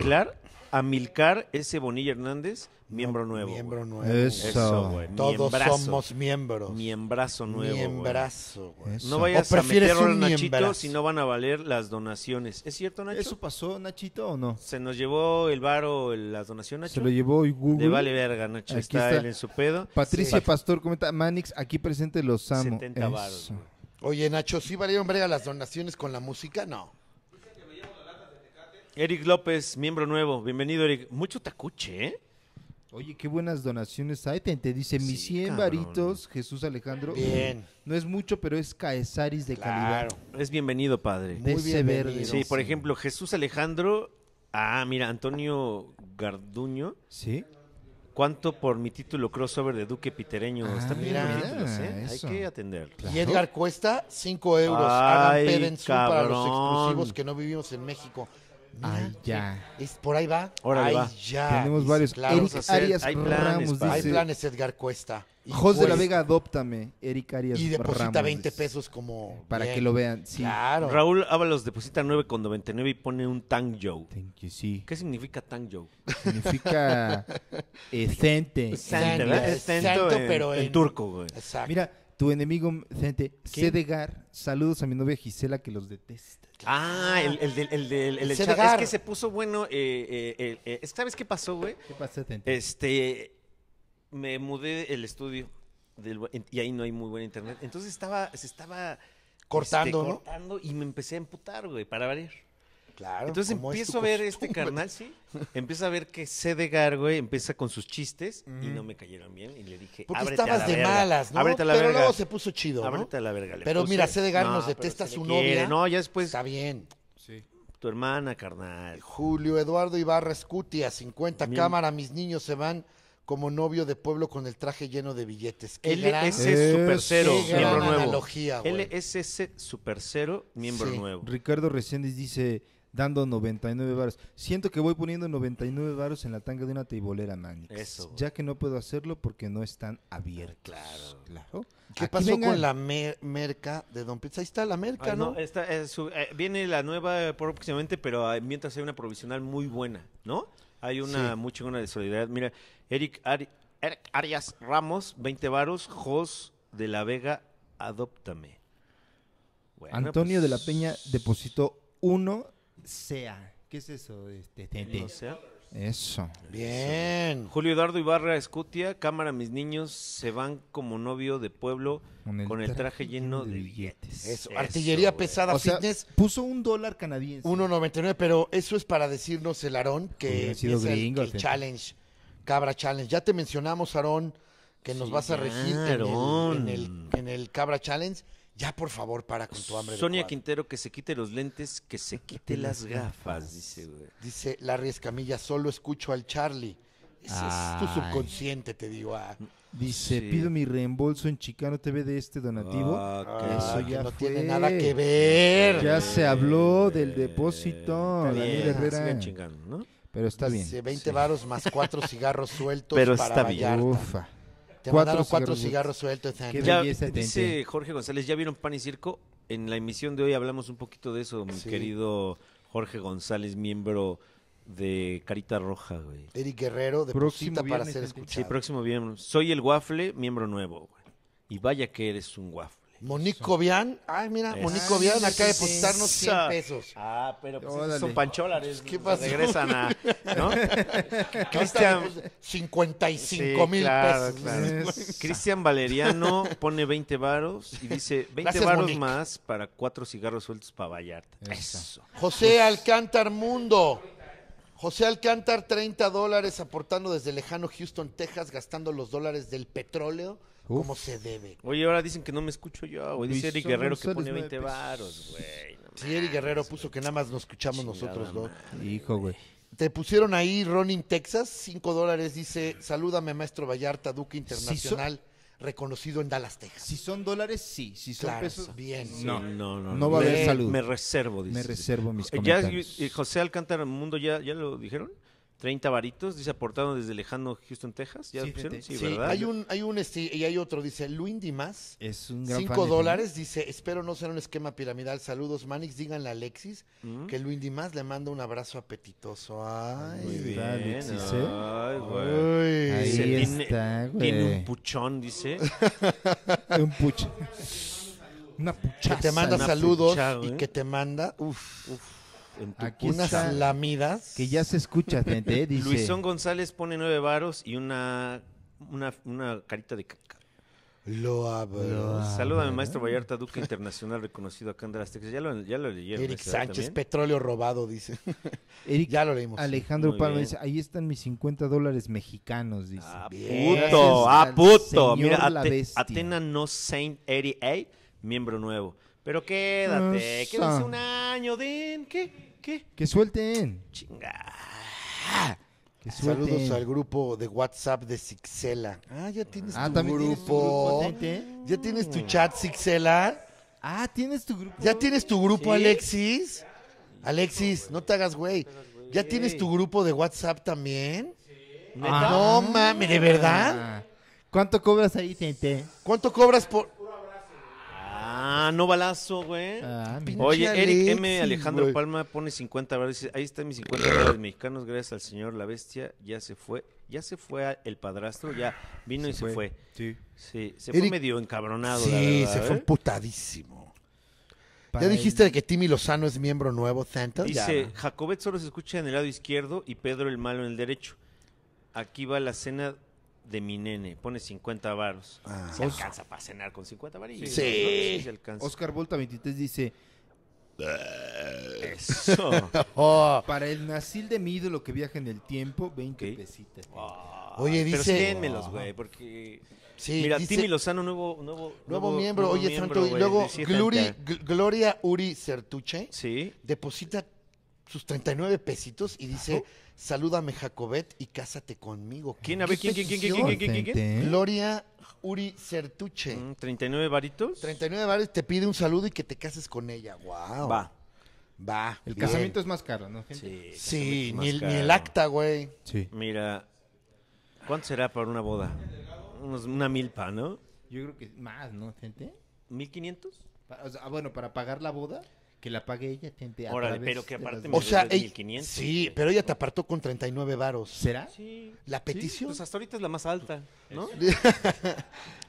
B: Clar- a Milcar S. Bonilla Hernández, miembro nuevo.
A: Miembro
B: güey.
A: nuevo.
E: Eso.
B: Eso, güey.
A: Todos
B: Miembrazo.
A: somos miembros.
B: Miembrazo nuevo. güey.
A: Miembrazo, güey.
E: Eso.
B: No vayas
A: ¿O
B: a
A: prefieres
B: meter a
A: un
B: Nachito
A: miembrazo?
B: si no van a valer las donaciones. ¿Es cierto, Nacho?
E: ¿Eso pasó, Nachito, o no?
B: ¿Se nos llevó el varo el- las donaciones,
E: Se
B: Nacho?
E: lo llevó hoy Google.
B: Le vale verga, Nacho.
E: Aquí
B: está,
E: está.
B: él en su pedo.
E: Patricia
A: Sí.
E: Pastor comenta, Manix, aquí presente los amo.
B: 70 varos,
E: Eso.
B: güey.
A: Oye, Nacho, ¿sí valieron verga las donaciones con la música? No.
B: Eric López, miembro nuevo. Bienvenido, Eric. Mucho tacuche, ¿eh?
E: Oye, qué buenas donaciones hay. Te, te dice, mis
B: Sí,
E: 100
B: cabrón.
E: varitos, Jesús Alejandro.
A: Bien.
E: No es mucho, pero es Caesaris de
A: Claro.
E: calidad.
B: Es bienvenido, padre.
E: De
A: Muy
E: ese
A: bienvenido.
E: verde.
B: Sí, por ejemplo, Jesús Alejandro. Ah, mira, Antonio Garduño.
E: ¿Sí?
B: ¿Cuánto por mi título crossover de Duque Pitereño?
E: Ah,
B: Están pidiendo
A: mira,
B: títulos, ¿eh?
E: eso.
B: Hay que atender.
A: Y Edgar Cuesta, 5 euros. Hagan
B: Ay,
A: peden Zoom para los
B: cabrón.
A: exclusivos que no vivimos en México. Mira,
E: Ay, ya.
A: es, por ahí va.
B: Órale,
A: Ay,
B: va.
A: ya.
B: Ah,
E: Tenemos
A: dice,
E: varios.
A: claro.
E: Eric
B: vamos a hacer-
E: Arias
B: hay planes,
E: Ramos
B: pa.
A: Hay
E: dice,
A: planes Edgar Cuesta. Y
E: Jos de la
A: pues,
E: Vega, adóptame. Eric Arias
A: Y deposita
E: Ramos,
A: 20
E: dice.
A: pesos como...
E: Para
A: bien.
E: que lo vean. Sí.
A: Claro.
B: Raúl Ábalos deposita 9,99 y pone un Tang Joe.
E: Thank you, sí.
B: ¿Qué significa Tang Joe?
E: Significa eh, decente.
A: Santo,
B: ¿verdad?
A: es santo,
B: en,
A: pero
B: en
A: en-
B: turco, güey.
A: Exacto.
E: Mira, tu enemigo decente,
B: ¿Qué?
E: Sedegar. Saludos a mi novia Gisela que los detesta.
B: Ah, el, el, del- el, del- el,
A: El
B: del chat.
A: Sedegar.
B: Es que se puso bueno. eh, eh, eh, eh, ¿Sabes qué pasó, güey?
E: ¿Qué pasa, Tente?
A: Eh,
B: Este, me mudé el estudio del bu- en- y ahí no hay muy buen internet. Entonces estaba, se estaba
A: Cortando,
B: este,
A: ¿no?
B: cortando y me empecé a emputar, güey, para variar.
A: Claro.
B: Entonces
A: como es tu
B: empiezo a ver este
A: costumbre.
B: carnal, sí, empiezo a ver que Sedegar, güey, empieza con sus chistes y no me cayeron bien y le dije,
A: Porque
B: "Ábrete a
A: estabas
B: la
A: de
B: verga,
A: malas, ¿no?
B: Ábrete a la
A: pero
B: verga.
A: luego se puso chido, ¿no?
B: Ábrete a la verga. le
A: Pero mira,
B: puse.
A: Sedegar nos
B: pero
A: detesta
B: se
A: su
B: le quiere.
A: novia.
B: No, ya después
A: Está bien.
B: tu hermana, carnal.
A: Julio Eduardo Ibarra Escutia, 50
B: Bien.
A: cámara, mis niños se van como novio de pueblo con el traje lleno de billetes. Qué gran-
B: LSC
E: Eso.
B: Super Cero,
A: qué gran
B: miembro nuevo.
A: analogía, güey.
B: LSC Super Cero, miembro
A: Sí.
B: nuevo.
E: Ricardo Reséndiz dice, dando 99 varos. Siento que voy poniendo 99 varos en la tanga de una teibolera, Manix.
B: Eso, güey.
E: Ya que no puedo hacerlo porque no están abiertos. Claro.
A: Ah, ¿Qué
E: Aquí
A: pasó
E: vengan.
A: con la mer- merca de Don Pizza? Ahí está la merca,
B: Ah,
A: ¿no?
B: no, esta, eh, su- eh, viene la nueva eh, próximamente, pero eh, mientras hay una provisional muy buena, ¿no? Hay una muy chingona de solidaridad. Mira, Eric, Ari- Eric Arias Ramos, 20 varos, Jos de la Vega, adóptame. Bueno,
E: Antonio
B: pues,
E: de la Peña depositó uno sea. ¿Qué es eso? Este, Tente?
B: o sea,
E: Eso.
A: Bien.
B: Julio Eduardo Ibarra Escutia, cámara, mis niños se van como novio de pueblo con el, traje, lleno de billetes.
A: Eso,
B: Eso,
A: artillería
B: güey.
A: pesada
E: O sea,
A: fitness,
E: puso un dólar canadiense.
A: 1.99, pero eso es para decirnos el Aarón que
E: Hubiera sido
A: empieza el-
E: gringo,
A: el,
E: fíjate.
A: challenge, Cabra Challenge. Ya te mencionamos, Aarón, que nos
B: Sí,
A: vas a regir en el- en
B: Aarón.
A: el, en el Cabra Challenge. Ya, por favor, para con tu hambre. de
B: Sonia
A: cuadro.
B: Quintero, que se quite los lentes, que se quite las gafas, dice, güey.
A: Dice Larry Escamilla, solo escucho al Charlie. Ese es tu
E: Ay.
A: subconsciente, te digo. ah.
E: Dice,
B: Sí.
E: pido mi reembolso en Chicano TV de este donativo.
B: Ah,
E: que
B: ok.
E: eso
A: Ah,
E: ya
A: que no
E: fue.
A: tiene nada que ver.
E: Ya se habló del depósito,
B: Está
E: Daniel
B: bien,
E: Herrera.
B: sigan chingando, ¿no?
E: Pero está bien.
A: Dice 20 varos más 4 cigarros sueltos
B: Pero
A: para
B: está bien.
A: Vallarta.
E: Ufa.
A: Te
E: Cuatro
A: mandaron cuatro cigarros
E: cigarros
A: sueltos. San.
E: Qué
B: Ya,
E: belleza,
B: dice
E: Tente.
B: Jorge González, ¿ya vieron Pan y Circo? En la emisión de hoy hablamos un poquito de eso, mi
A: Sí.
B: querido Jorge González, miembro de Carita Roja, güey.
A: Eric Guerrero de
E: Próximo
A: Pusita para
E: viernes,
A: ser
E: gente.
B: Sí,
A: escuchado.
B: próximo miembro. Soy el Waffle, miembro nuevo, güey. Y vaya que eres un Waffle.
A: Monico Vian. Ay, mira,
B: Eso.
A: Monico Vian acaba de
B: Esa.
A: depositarnos 100 pesos.
B: Ah, pero pues esos
E: Órale.
B: son pancholares.
A: ¿Qué
B: ¿no?
A: pasó?
B: Regresan a...
A: Cristian.
B: ¿no? Cristian...
A: 55
B: Sí,
A: mil
B: claro,
A: pesos.
B: claro.
E: Es-
B: Cristian Valeriano pone 20 varos y dice 20
A: Gracias,
B: varos
A: Monique.
B: más para cuatro cigarros sueltos para Vallarta.
E: Eso.
B: Eso.
A: José Alcántar Mundo. José Alcántar, 30 dólares aportando desde lejano Houston, Texas, gastando los dólares del petróleo
E: Uf.
A: como se debe.
B: Oye, ahora dicen que no me escucho yo, güey. Dice
E: Luis
B: Eric Guerrero que
E: González,
B: pone
E: nueve
B: 20
E: pesos.
B: varos, güey. No
A: Si Eric Guerrero puso que nada más nos escuchamos
B: Chingada
A: nosotros dos.
E: Hijo, güey.
A: Te pusieron ahí Ronin, Texas, 5 dólares. Dice, salúdame, maestro Vallarta, Duque
E: son-
A: Internacional, reconocido en Dallas, Texas.
E: Si son dólares, sí. Si son
A: Claro,
E: pesos,
A: bien.
B: mames.
E: No.
B: Sí, no, no.
E: No va a
B: Me-
A: haber
E: salud.
B: Me reservo, dice.
E: me reservo mis
B: Eh, Ya,
E: comentarios.
B: eh, José Alcántara Mundo, ¿ya, ¿ya lo dijeron? 30 varitos, dice aportado desde lejano Houston, Texas. ¿Ya
E: Sí,
B: lo pusieron?
E: tete.
B: Sí,
A: Sí,
B: ¿verdad?
A: hay un, hay un este, y hay otro, dice Luis Dimas,
E: Es un gran fan
A: cinco
E: de ti.
A: dólares, dice, espero no sea un esquema piramidal, saludos Manix, díganle a Alexis
B: ¿Mm?
A: que Luis Dimas le manda un abrazo apetitoso. Ay,
B: Muy bien.
E: ¿verdad, Alexis, eh?
B: Ay, güey.
A: Uy.
E: Ahí
B: Dice, tiene-
E: está,
B: Tiene un
E: güey.
B: puchón, dice.
E: Un puch. Una
A: que
E: puchaza.
A: te manda
B: una
A: saludos
B: pucha, güey.
A: y que te manda
B: Uf, uf. En tu
E: Aquí
A: unas
E: está.
A: lamidas.
E: Que ya se escucha, gente, eh, dice.
B: Luisón González pone nueve varos y una, una, una carita de caca.
A: Lo abro.
E: Ah,
B: Salúdame,
E: bueno.
B: maestro Vallarta Duque Internacional, reconocido acá en Dallas, Texas. Ya lo, ya lo leyeron.
A: Eric
B: ¿verdad,
A: Sánchez,
B: también?
A: petróleo robado, dice.
E: Eric
A: ya lo leímos.
E: Alejandro
B: Muy
E: Palma
B: bien.
E: dice, ahí están mis 50 dólares mexicanos, dice.
B: Ah,
A: Bien.
B: puto,
E: Gracias
B: ah,
E: al
B: puto.
E: señor
B: Mira,
E: la
B: Ate-
E: bestia.
B: Atena No Saint 88, miembro nuevo. Pero quédate,
E: Eso.
B: quédense un año, den. ¿Qué? ¿Qué?
E: Que suelten,
B: Chinga.
E: que suelten.
A: Saludos al grupo de WhatsApp de Sixela. Ah, ya tienes
E: Ah,
A: tu
E: también tienes tu grupo,
A: grupo.
E: Tete.
A: ya tienes tu chat, Sixela.
E: Ah, tienes tu grupo.
A: Ya tienes tu grupo,
B: ¿Sí?
A: Alexis. Alexis, no te hagas güey. ¿Ya
B: güey.
A: tienes tu grupo de WhatsApp también? Ah,
B: ¿Neta?
A: No mames, ¿de
E: Ah.
A: verdad?
E: ¿Cuánto cobras ahí, Tente?
A: ¿Cuánto cobras por...?
B: Ah, no balazo, güey.
E: Ah, mira.
A: Pinche
B: Oye, Eric M.
A: Alexis,
B: Alejandro
A: güey.
B: Palma pone 50 dólares. Dice, ahí están mis 50 dólares mexicanos. Gracias al señor La Bestia. Ya se fue. Ya se fue a- el padrastro. Ya vino y se fue.
E: Sí.
B: Sí, se fue
A: Eric-
B: medio encabronado. la
A: Sí,
B: verdad,
A: se fue
B: ¿eh?
A: emputadísimo.
E: Para
A: ¿Ya
E: el-
A: dijiste de que Timmy Lozano es miembro nuevo, Santa? Ya,
B: Dice,
A: ¿no?
B: Jacobet solo se escucha en el lado izquierdo y Pedro el malo en el derecho. Aquí va la cena de mi nene. Pone 50 varos.
A: Ah.
B: Se alcanza para cenar con 50 varillos.
A: Sí.
B: ¿no? Sí, se alcanza.
E: Oscar Volta 23 dice,
B: Eso.
A: Oh,
E: para el nacil de mi ídolo que viaja en el tiempo, 20
B: Ok.
E: pesitas.
A: Oye,
B: Ah, Pero sí
A: dice-
B: denmelos, güey, porque...
A: sí,
B: Mira,
A: dice-
B: Timmy Lozano, nuevo, nuevo,
A: Nuevo miembro,
B: nuevo
A: oye
B: miembro,
A: Santo, y
B: güey,
A: luego
B: sí,
A: Glori-
B: Santa.
A: Gl- Gloria Uri Certuche
B: Sí.
A: deposita sus 39 pesitos y dice, salúdame Jacobet y cásate conmigo.
B: ¿Quién? A ver, ¿quién, quién, quién, quién, quién, quién, quién, quién?
E: Tente.
A: Gloria Uri Certuche.
B: Mm, 39 varitos.
A: 39 bares te pide un saludo y que te cases con ella. Wow.
B: Va.
A: Va.
E: El
A: bien.
E: casamiento es más caro, ¿no?
B: Sí,
E: gente?
A: Sí,
B: más
A: ni el, ni
B: caro.
A: el acta, güey.
E: Sí.
B: Mira, ¿cuánto será para una boda? Unos- una milpa, ¿no?
E: Yo creo que más, ¿no, gente?
B: ¿Mil quinientos?
E: Pa- o sea, ah, bueno, para pagar la boda, que la pague ella, gente. a
B: Órale,
E: través
B: pero que
E: de
B: aparte
E: las
B: me-
A: O
E: bodas.
A: sea,
B: Desde
A: ey,
B: 1500,
A: sí,
B: güey.
A: pero ella te apartó con 39 varos.
E: ¿Será?
B: Sí.
A: ¿La petición?
B: Pues hasta ahorita es la más alta, ¿no?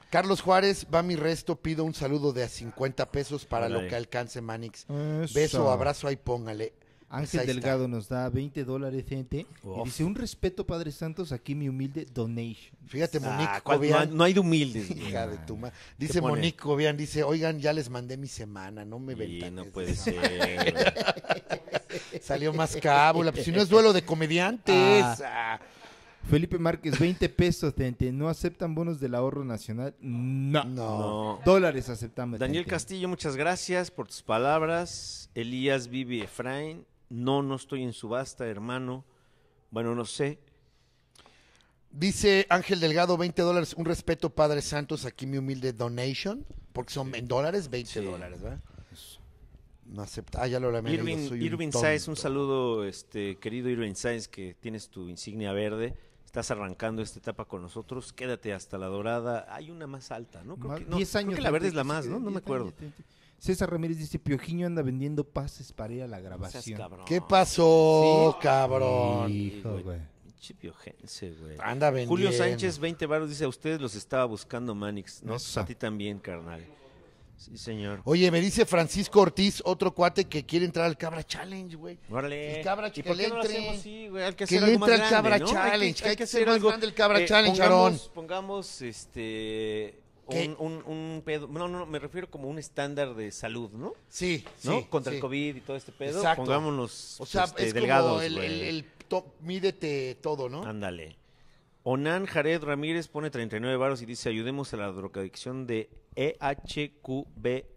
A: Carlos Juárez, va mi resto, pido un saludo de a 50 pesos para lo
B: Órale.
A: que alcance Manix.
E: Eso.
A: Beso, abrazo, ahí póngale. Pues
E: Ángel
A: ahí está.
E: Delgado nos da 20 dólares, gente. Y
B: Uf.
E: dice, un respeto, Padre Santos, aquí mi humilde donation.
A: Fíjate, Monique
B: Ah, ¿cuál? no, hay,
A: Cobian.
B: no hay de humildes. güey.
A: Hija de tu ma- Dice
B: ¿Qué pone?
A: Monique Cobian, dice, oigan, ya les mandé mi semana, no me
B: Y
A: ventan.
B: no puede ser.
A: Ah.
B: güey.
A: Salió más cábula. Pues si no es duelo de comediantes. Ah.
E: Felipe Márquez, 20 pesos, gente. ¿No aceptan bonos del ahorro nacional? No.
A: No.
B: Ah, No.
E: Dólares aceptamos.
B: Daniel
E: gente.
B: Castillo, muchas gracias por tus palabras. Elías Vivi Efraín, no, no estoy en subasta, hermano. Bueno, no sé.
A: Dice Ángel Delgado, 20 dólares. Un respeto, Padre Santos. Aquí mi humilde donation. Porque son en dólares, 20
B: Sí.
A: dólares, ¿verdad? No acepta. Ah, ya lo lamenté.
B: Irving, Irving Sáez, un saludo, este, querido Irving Sáez, que tienes tu insignia verde. Estás arrancando esta etapa con nosotros. Quédate hasta la dorada. Hay una más alta, ¿no? Creo
E: Más-
B: que, no,
E: 10
B: creo
E: años
B: que la verde es la
E: antes,
B: más, ¿no? No
E: 10
B: me
E: años,
B: acuerdo.
E: 10. César Ramírez dice, Piojiño anda vendiendo pases para ir a la
B: Seas
E: grabación.
B: cabrón.
A: ¿Qué pasó,
B: Sí.
A: cabrón?
E: Hijo,
B: güey.
E: güey.
B: Pinche piojense, güey.
E: Ah,
A: Anda vendiendo.
B: Julio Sánchez, 20 baros, dice, a ustedes los estaba buscando Manix. No,
E: Eso.
B: a ti también, carnal. Sí, señor.
A: Oye, me dice Francisco Ortiz, otro cuate que quiere entrar al Cabra Challenge, güey.
B: Órale.
A: El Cabra-
B: ¿Y por
A: que
B: qué
A: le
B: no lo
A: entre.
B: hacemos así, güey? Hay que,
A: Que
B: hacer
A: le
B: algo más
A: entre al
B: grande,
A: Cabra
B: ¿no?
A: Challenge,
B: Hay que, hay que
A: hacer
B: hacer
A: más
B: algo.
A: grande el Cabra
B: Eh,
A: Challenge,
B: pongamos,
A: Aarón.
B: pongamos, este...
A: ¿Qué?
B: Un, un, un pedo, no, no, no, me refiero como un estándar de salud, ¿no?
A: Sí,
B: ¿No?
A: sí,
B: Contra
A: sí.
B: el COVID y todo este pedo.
A: Exacto.
B: Pongámonos
A: O sea,
B: este,
A: es como
B: delgados,
A: el, el,
B: güey.
A: el top, mídete todo, ¿no?
B: Ándale. Onan Jared Ramírez pone 39 varos y dice, ayudemos a la drogadicción de E EHQBEET.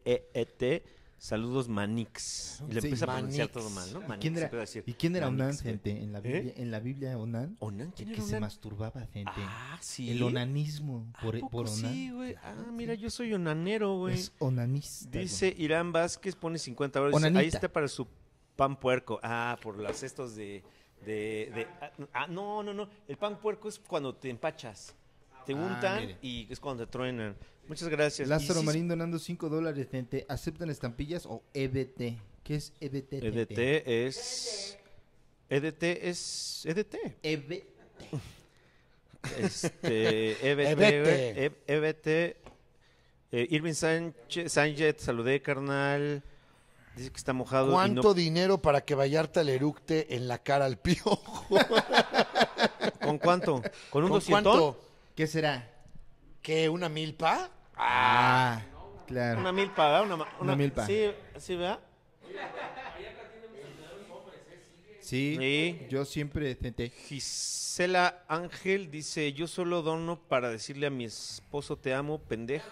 B: E Saludos, Manix. Y le
E: Sí,
B: empieza a
A: Manix.
B: pronunciar todo mal, ¿no? Manix.
E: ¿Quién era,
B: empieza a decir,
E: ¿Y quién era
B: Manix,
E: Onan,
B: güey.
E: gente? En la Biblia, en la Biblia Onan,
B: ¿Onan?
E: que
B: ¿Eh? ¿Quién era
E: se
B: Onan?
E: masturbaba, gente.
B: Ah, sí.
E: El onanismo
B: ¿A
E: por, e,
B: poco
E: por Onan.
B: sí, güey? Ah, mira, yo soy onanero, güey.
E: Es onanista. güey.
B: Dice Irán Vázquez, pone 50 varos. dice, Ahí
E: Onanita.
B: está para su pan puerco. Ah, por los cestos de... de- de- ah, no, no, no. El pan puerco es cuando te empachas. Te
E: Ah,
B: untan
E: mire.
B: y es cuando te truenan. Muchas gracias.
E: Lázaro
B: Y sí,
E: Marín donando 5 dólares, gente. ¿Aceptan estampillas o EBT? ¿Qué es EBT?
B: EDT
E: gente?
B: E es... EDT es... E EDT.
E: EBT.
B: Este,
E: Eh,
B: EBT,
A: EBT.
B: güey, E- EBT. Eh, Irving Sánchez, Sánchez, saludé, carnal. Dice que está mojado. y no
A: ¿Cuánto dinero para que Vallarta le eructe en la cara al piojo?
B: ¿Con cuánto? ¿Con un
A: ¿Con
B: doscientón?
A: cuánto?
E: ¿Qué será?
A: ¿Qué, una milpa?
E: Ah, claro.
B: Una milpa, ¿verdad? Una, ma-
E: Una milpa.
B: Sí, sí, ¿verdad?
E: Sí,
B: Sí.
E: yo siempre gente,
B: Gisela Ángel dice, yo solo dono para decirle a mi esposo te amo, pendejo,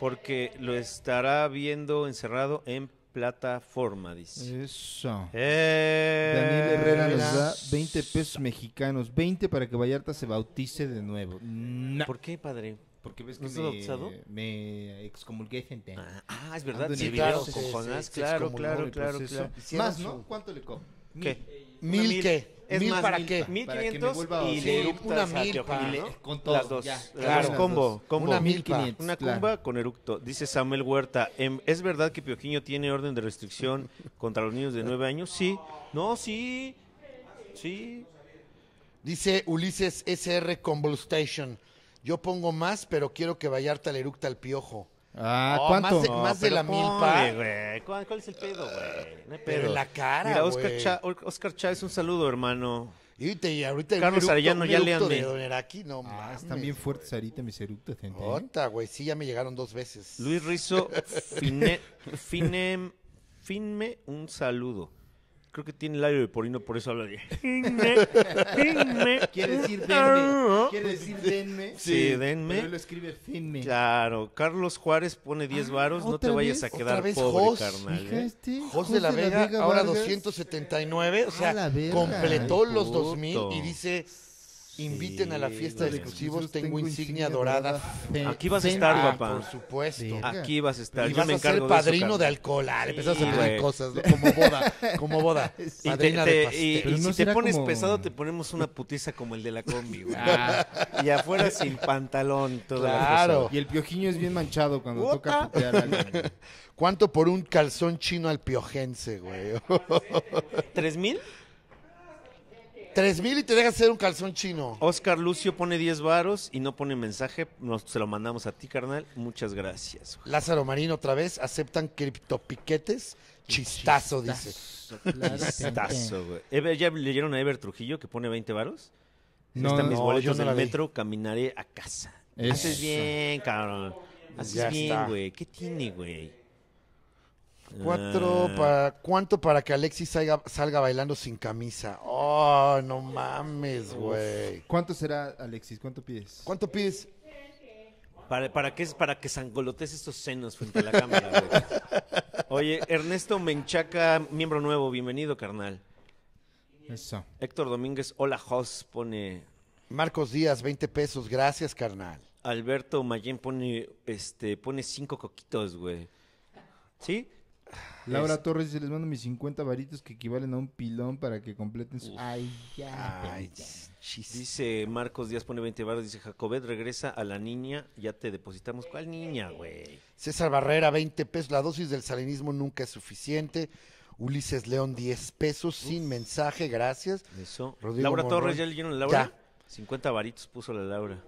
B: porque lo estará viendo encerrado en plataforma, dice.
E: Eso.
B: Eh,
E: Daniel Herrera nos
A: mira.
E: da 20 pesos mexicanos, 20 para que Vallarta se bautice de nuevo. No.
B: ¿Por qué, padre?
E: Porque ves
B: ¿No
E: que
B: está bautizado?
E: me, me excomulgué gente.
B: Ah, ah, es verdad,
E: Ando en
B: sí,
E: el
B: video
E: proceso,
B: con
A: sí,
B: Jonás,
A: sí, se
B: claro,
A: excomulgó en
B: claro,
A: el
B: claro,
E: Proceso.
B: claro.
A: Hicieron
E: Más, ¿no?
A: su-
E: ¿Cuánto le cobro?
B: pues ¿Qué?
A: ¿Mil
B: Una
A: qué?
B: Es
A: ¿Mil
B: más,
A: para qué?
E: Mil
B: Para
E: para que me
B: 1500
E: vuelva a
B: y
A: hacer.
B: le
A: Una
B: eructas a
A: milpa.
B: Teopan,
A: Y le-
B: ¿no?
E: con
B: Las
E: todo,
B: dos.
E: ya.
B: las
A: Claro.
B: dos. Combo, combo.
A: Una milpa.
E: 1500.
B: Una
E: claro.
B: cumba con eructo. Dice Samuel Huerta. em, ¿Es verdad que Piojiño tiene orden de restricción contra los niños de nueve años? Sí. No, sí. Sí.
A: Dice Ulises SR Convolstation. Yo pongo más, pero quiero que Vallarta le eructa al piojo.
E: Ah,
A: Oh,
E: ¿cuánto?
A: más de-
B: No,
A: de
B: pero
A: la
B: ponle,
A: milpa.
B: güey. ¿Cuál, cuál es el pedo, güey? No hay
A: Pero
B: pedo.
A: en la cara,
B: Mira, Oscar,
A: güey.
B: Cha- Oscar Chávez, un saludo, hermano.
A: Y te- y ahorita un
B: Carlos
A: eructo-
B: Arellano,
A: un
B: ya
A: eructo
B: léanme.
A: de Don Eraqui, no
E: Ah,
A: mames.
E: están bien ¿eh? fuertes ahorita mis eructos, gente.
A: Ota, güey, sí, ya me llegaron dos veces.
B: Luis Rizo, fine, finem- finme un saludo. Creo que tiene el aire de porino, por eso habla de... Finme, finme
E: Quiere
B: un
E: decir denme.
B: saludo.
E: Quiere decir denme.
B: Sí, denme.
E: Pero él lo escribe finme.
B: Claro, Carlos Juárez pone 10 varos, no te
E: ¿otra
B: vayas a
E: vez?
B: quedar
A: ¿Otra vez
B: pobre,
A: Jos?
B: carnal.
E: Mija,
B: ¿eh?
E: este
A: Jos de la Vega, ahora 279, o
E: A la
A: sea,
E: verga.
A: completó
B: Ay,
A: los
B: puto.
A: 2000 y dice, inviten a la fiesta de
B: güey. Eh,
A: exclusivos, tengo insignia dorada.
B: Aquí vas a
E: Fen-
B: estar,
E: Ah,
B: papá.
A: por supuesto.
E: Verga.
B: Aquí vas a estar,
A: y
B: yo
A: vas
B: me
A: a ser
B: encargo
A: padrino de
B: de eso,
A: alcohol. Ah, le
B: Sí,
A: empezás a pedir
B: güey.
A: cosas, ¿no? como boda, como boda.
B: carnal. Y, te-
A: Padrina de
B: te-
A: pastel.
B: y-
E: Pero
B: y
E: no
B: si te
E: será
B: pones
E: como- Ah.
B: pesado, te ponemos una putiza como el de la combi, güey. Y afuera sin pantalón. Toda la
A: Claro.
B: cosa.
E: Y el piojiño es bien manchado cuando toca
B: Puta.
E: putear a alguien.
A: ¿Cuánto por un calzón chino al piojense, güey?
B: ¿Tres mil?
A: Tres mil y te dejas hacer un calzón chino.
B: Oscar Lucio pone 10 varos y no pone mensaje. Nos, se lo mandamos a ti, carnal. Muchas gracias.
A: Lázaro Marín otra vez, aceptan criptopiquetes. Chistazo, dice.
B: Chistazo, güey. Ever- ¿Ya leyeron a Ever Trujillo que pone 20 varos?
E: No,
B: Están
E: no,
B: mis
A: no, yo
B: boletos
A: no
B: del
A: la vi.
B: metro, caminaré a casa.
E: Eso.
B: Haces bien, cabrón. Haces
A: Ya está.
B: bien, güey. ¿Qué tiene, güey?
A: Cuatro
E: Eh.
B: Ah,
A: para, ¿Cuánto para que Alexis salga, salga bailando sin camisa? Oh, no mames, güey.
E: ¿Cuánto será, Alexis? ¿Cuánto pides?
A: ¿Cuánto pides?
B: Para, para, que, para que sangolotes estos senos frente a la cámara, güey. Oye, Ernesto Menchaca, miembro nuevo, bienvenido, carnal.
E: Eso.
B: Héctor Domínguez, hola, Jos, pone
A: Marcos Díaz, 20 pesos. Gracias, carnal.
B: Alberto Mayén pone este pone cinco coquitos, güey. ¿Sí?
E: Laura Torres dice, les mando mis 50 varitos que equivalen a un pilón para que completen su... Ay, ya.
B: Ay, Dice Marcos Díaz, pone 20 baros, dice Jacobet, regresa a la niña, ya te depositamos. ¿Cuál niña, güey?
A: César Barrera, 20 pesos. La dosis del salinismo nunca es suficiente. Ulises León, 10 pesos. Sin mensaje, gracias.
B: Eso.
A: Rodrigo
B: Laura
A: Monroy.
B: Torres, ¿ya leyeron la Laura?
A: Ya.
B: 50 varitos puso la Laura.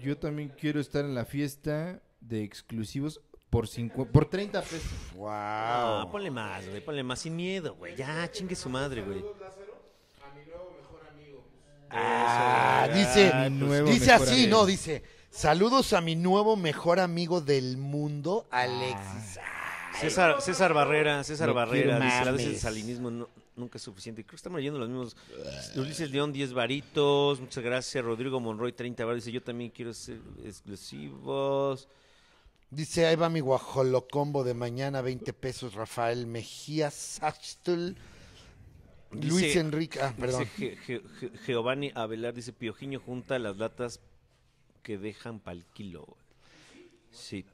E: Yo también quiero estar en la fiesta de exclusivos por, cincu- por 30 pesos.
A: Wow.
B: Ah, ponle más, güey, ponle más sin miedo, güey. Ya, chingue su madre, güey.
A: Ah,
B: Eso,
A: dice,
B: ah,
E: mi nuevo
A: dice
E: mejor
A: así,
E: amigo.
A: no, dice, saludos a mi nuevo mejor amigo del mundo, Alexis.
B: César, César Barrera, César
E: No
B: Barrera,
A: quiero
B: dice, la
A: mames.
B: dosis de salinismo no- nunca es suficiente. Creo que estamos leyendo los mismos. Ulises León, 10 varitos, muchas gracias. Rodrigo Monroy, 30 varitos, dice, yo también quiero ser exclusivos.
A: Dice, ahí va mi guajolocombo de mañana, 20 pesos, Rafael Mejía Sachtel,
B: Dice-
A: Luis Enrique, ah, perdón.
B: Dice Ge- Ge- Ge- Giovanni Avelar, dice Piojiño junta las latas que dejan pa'l kilo. güey". Sí.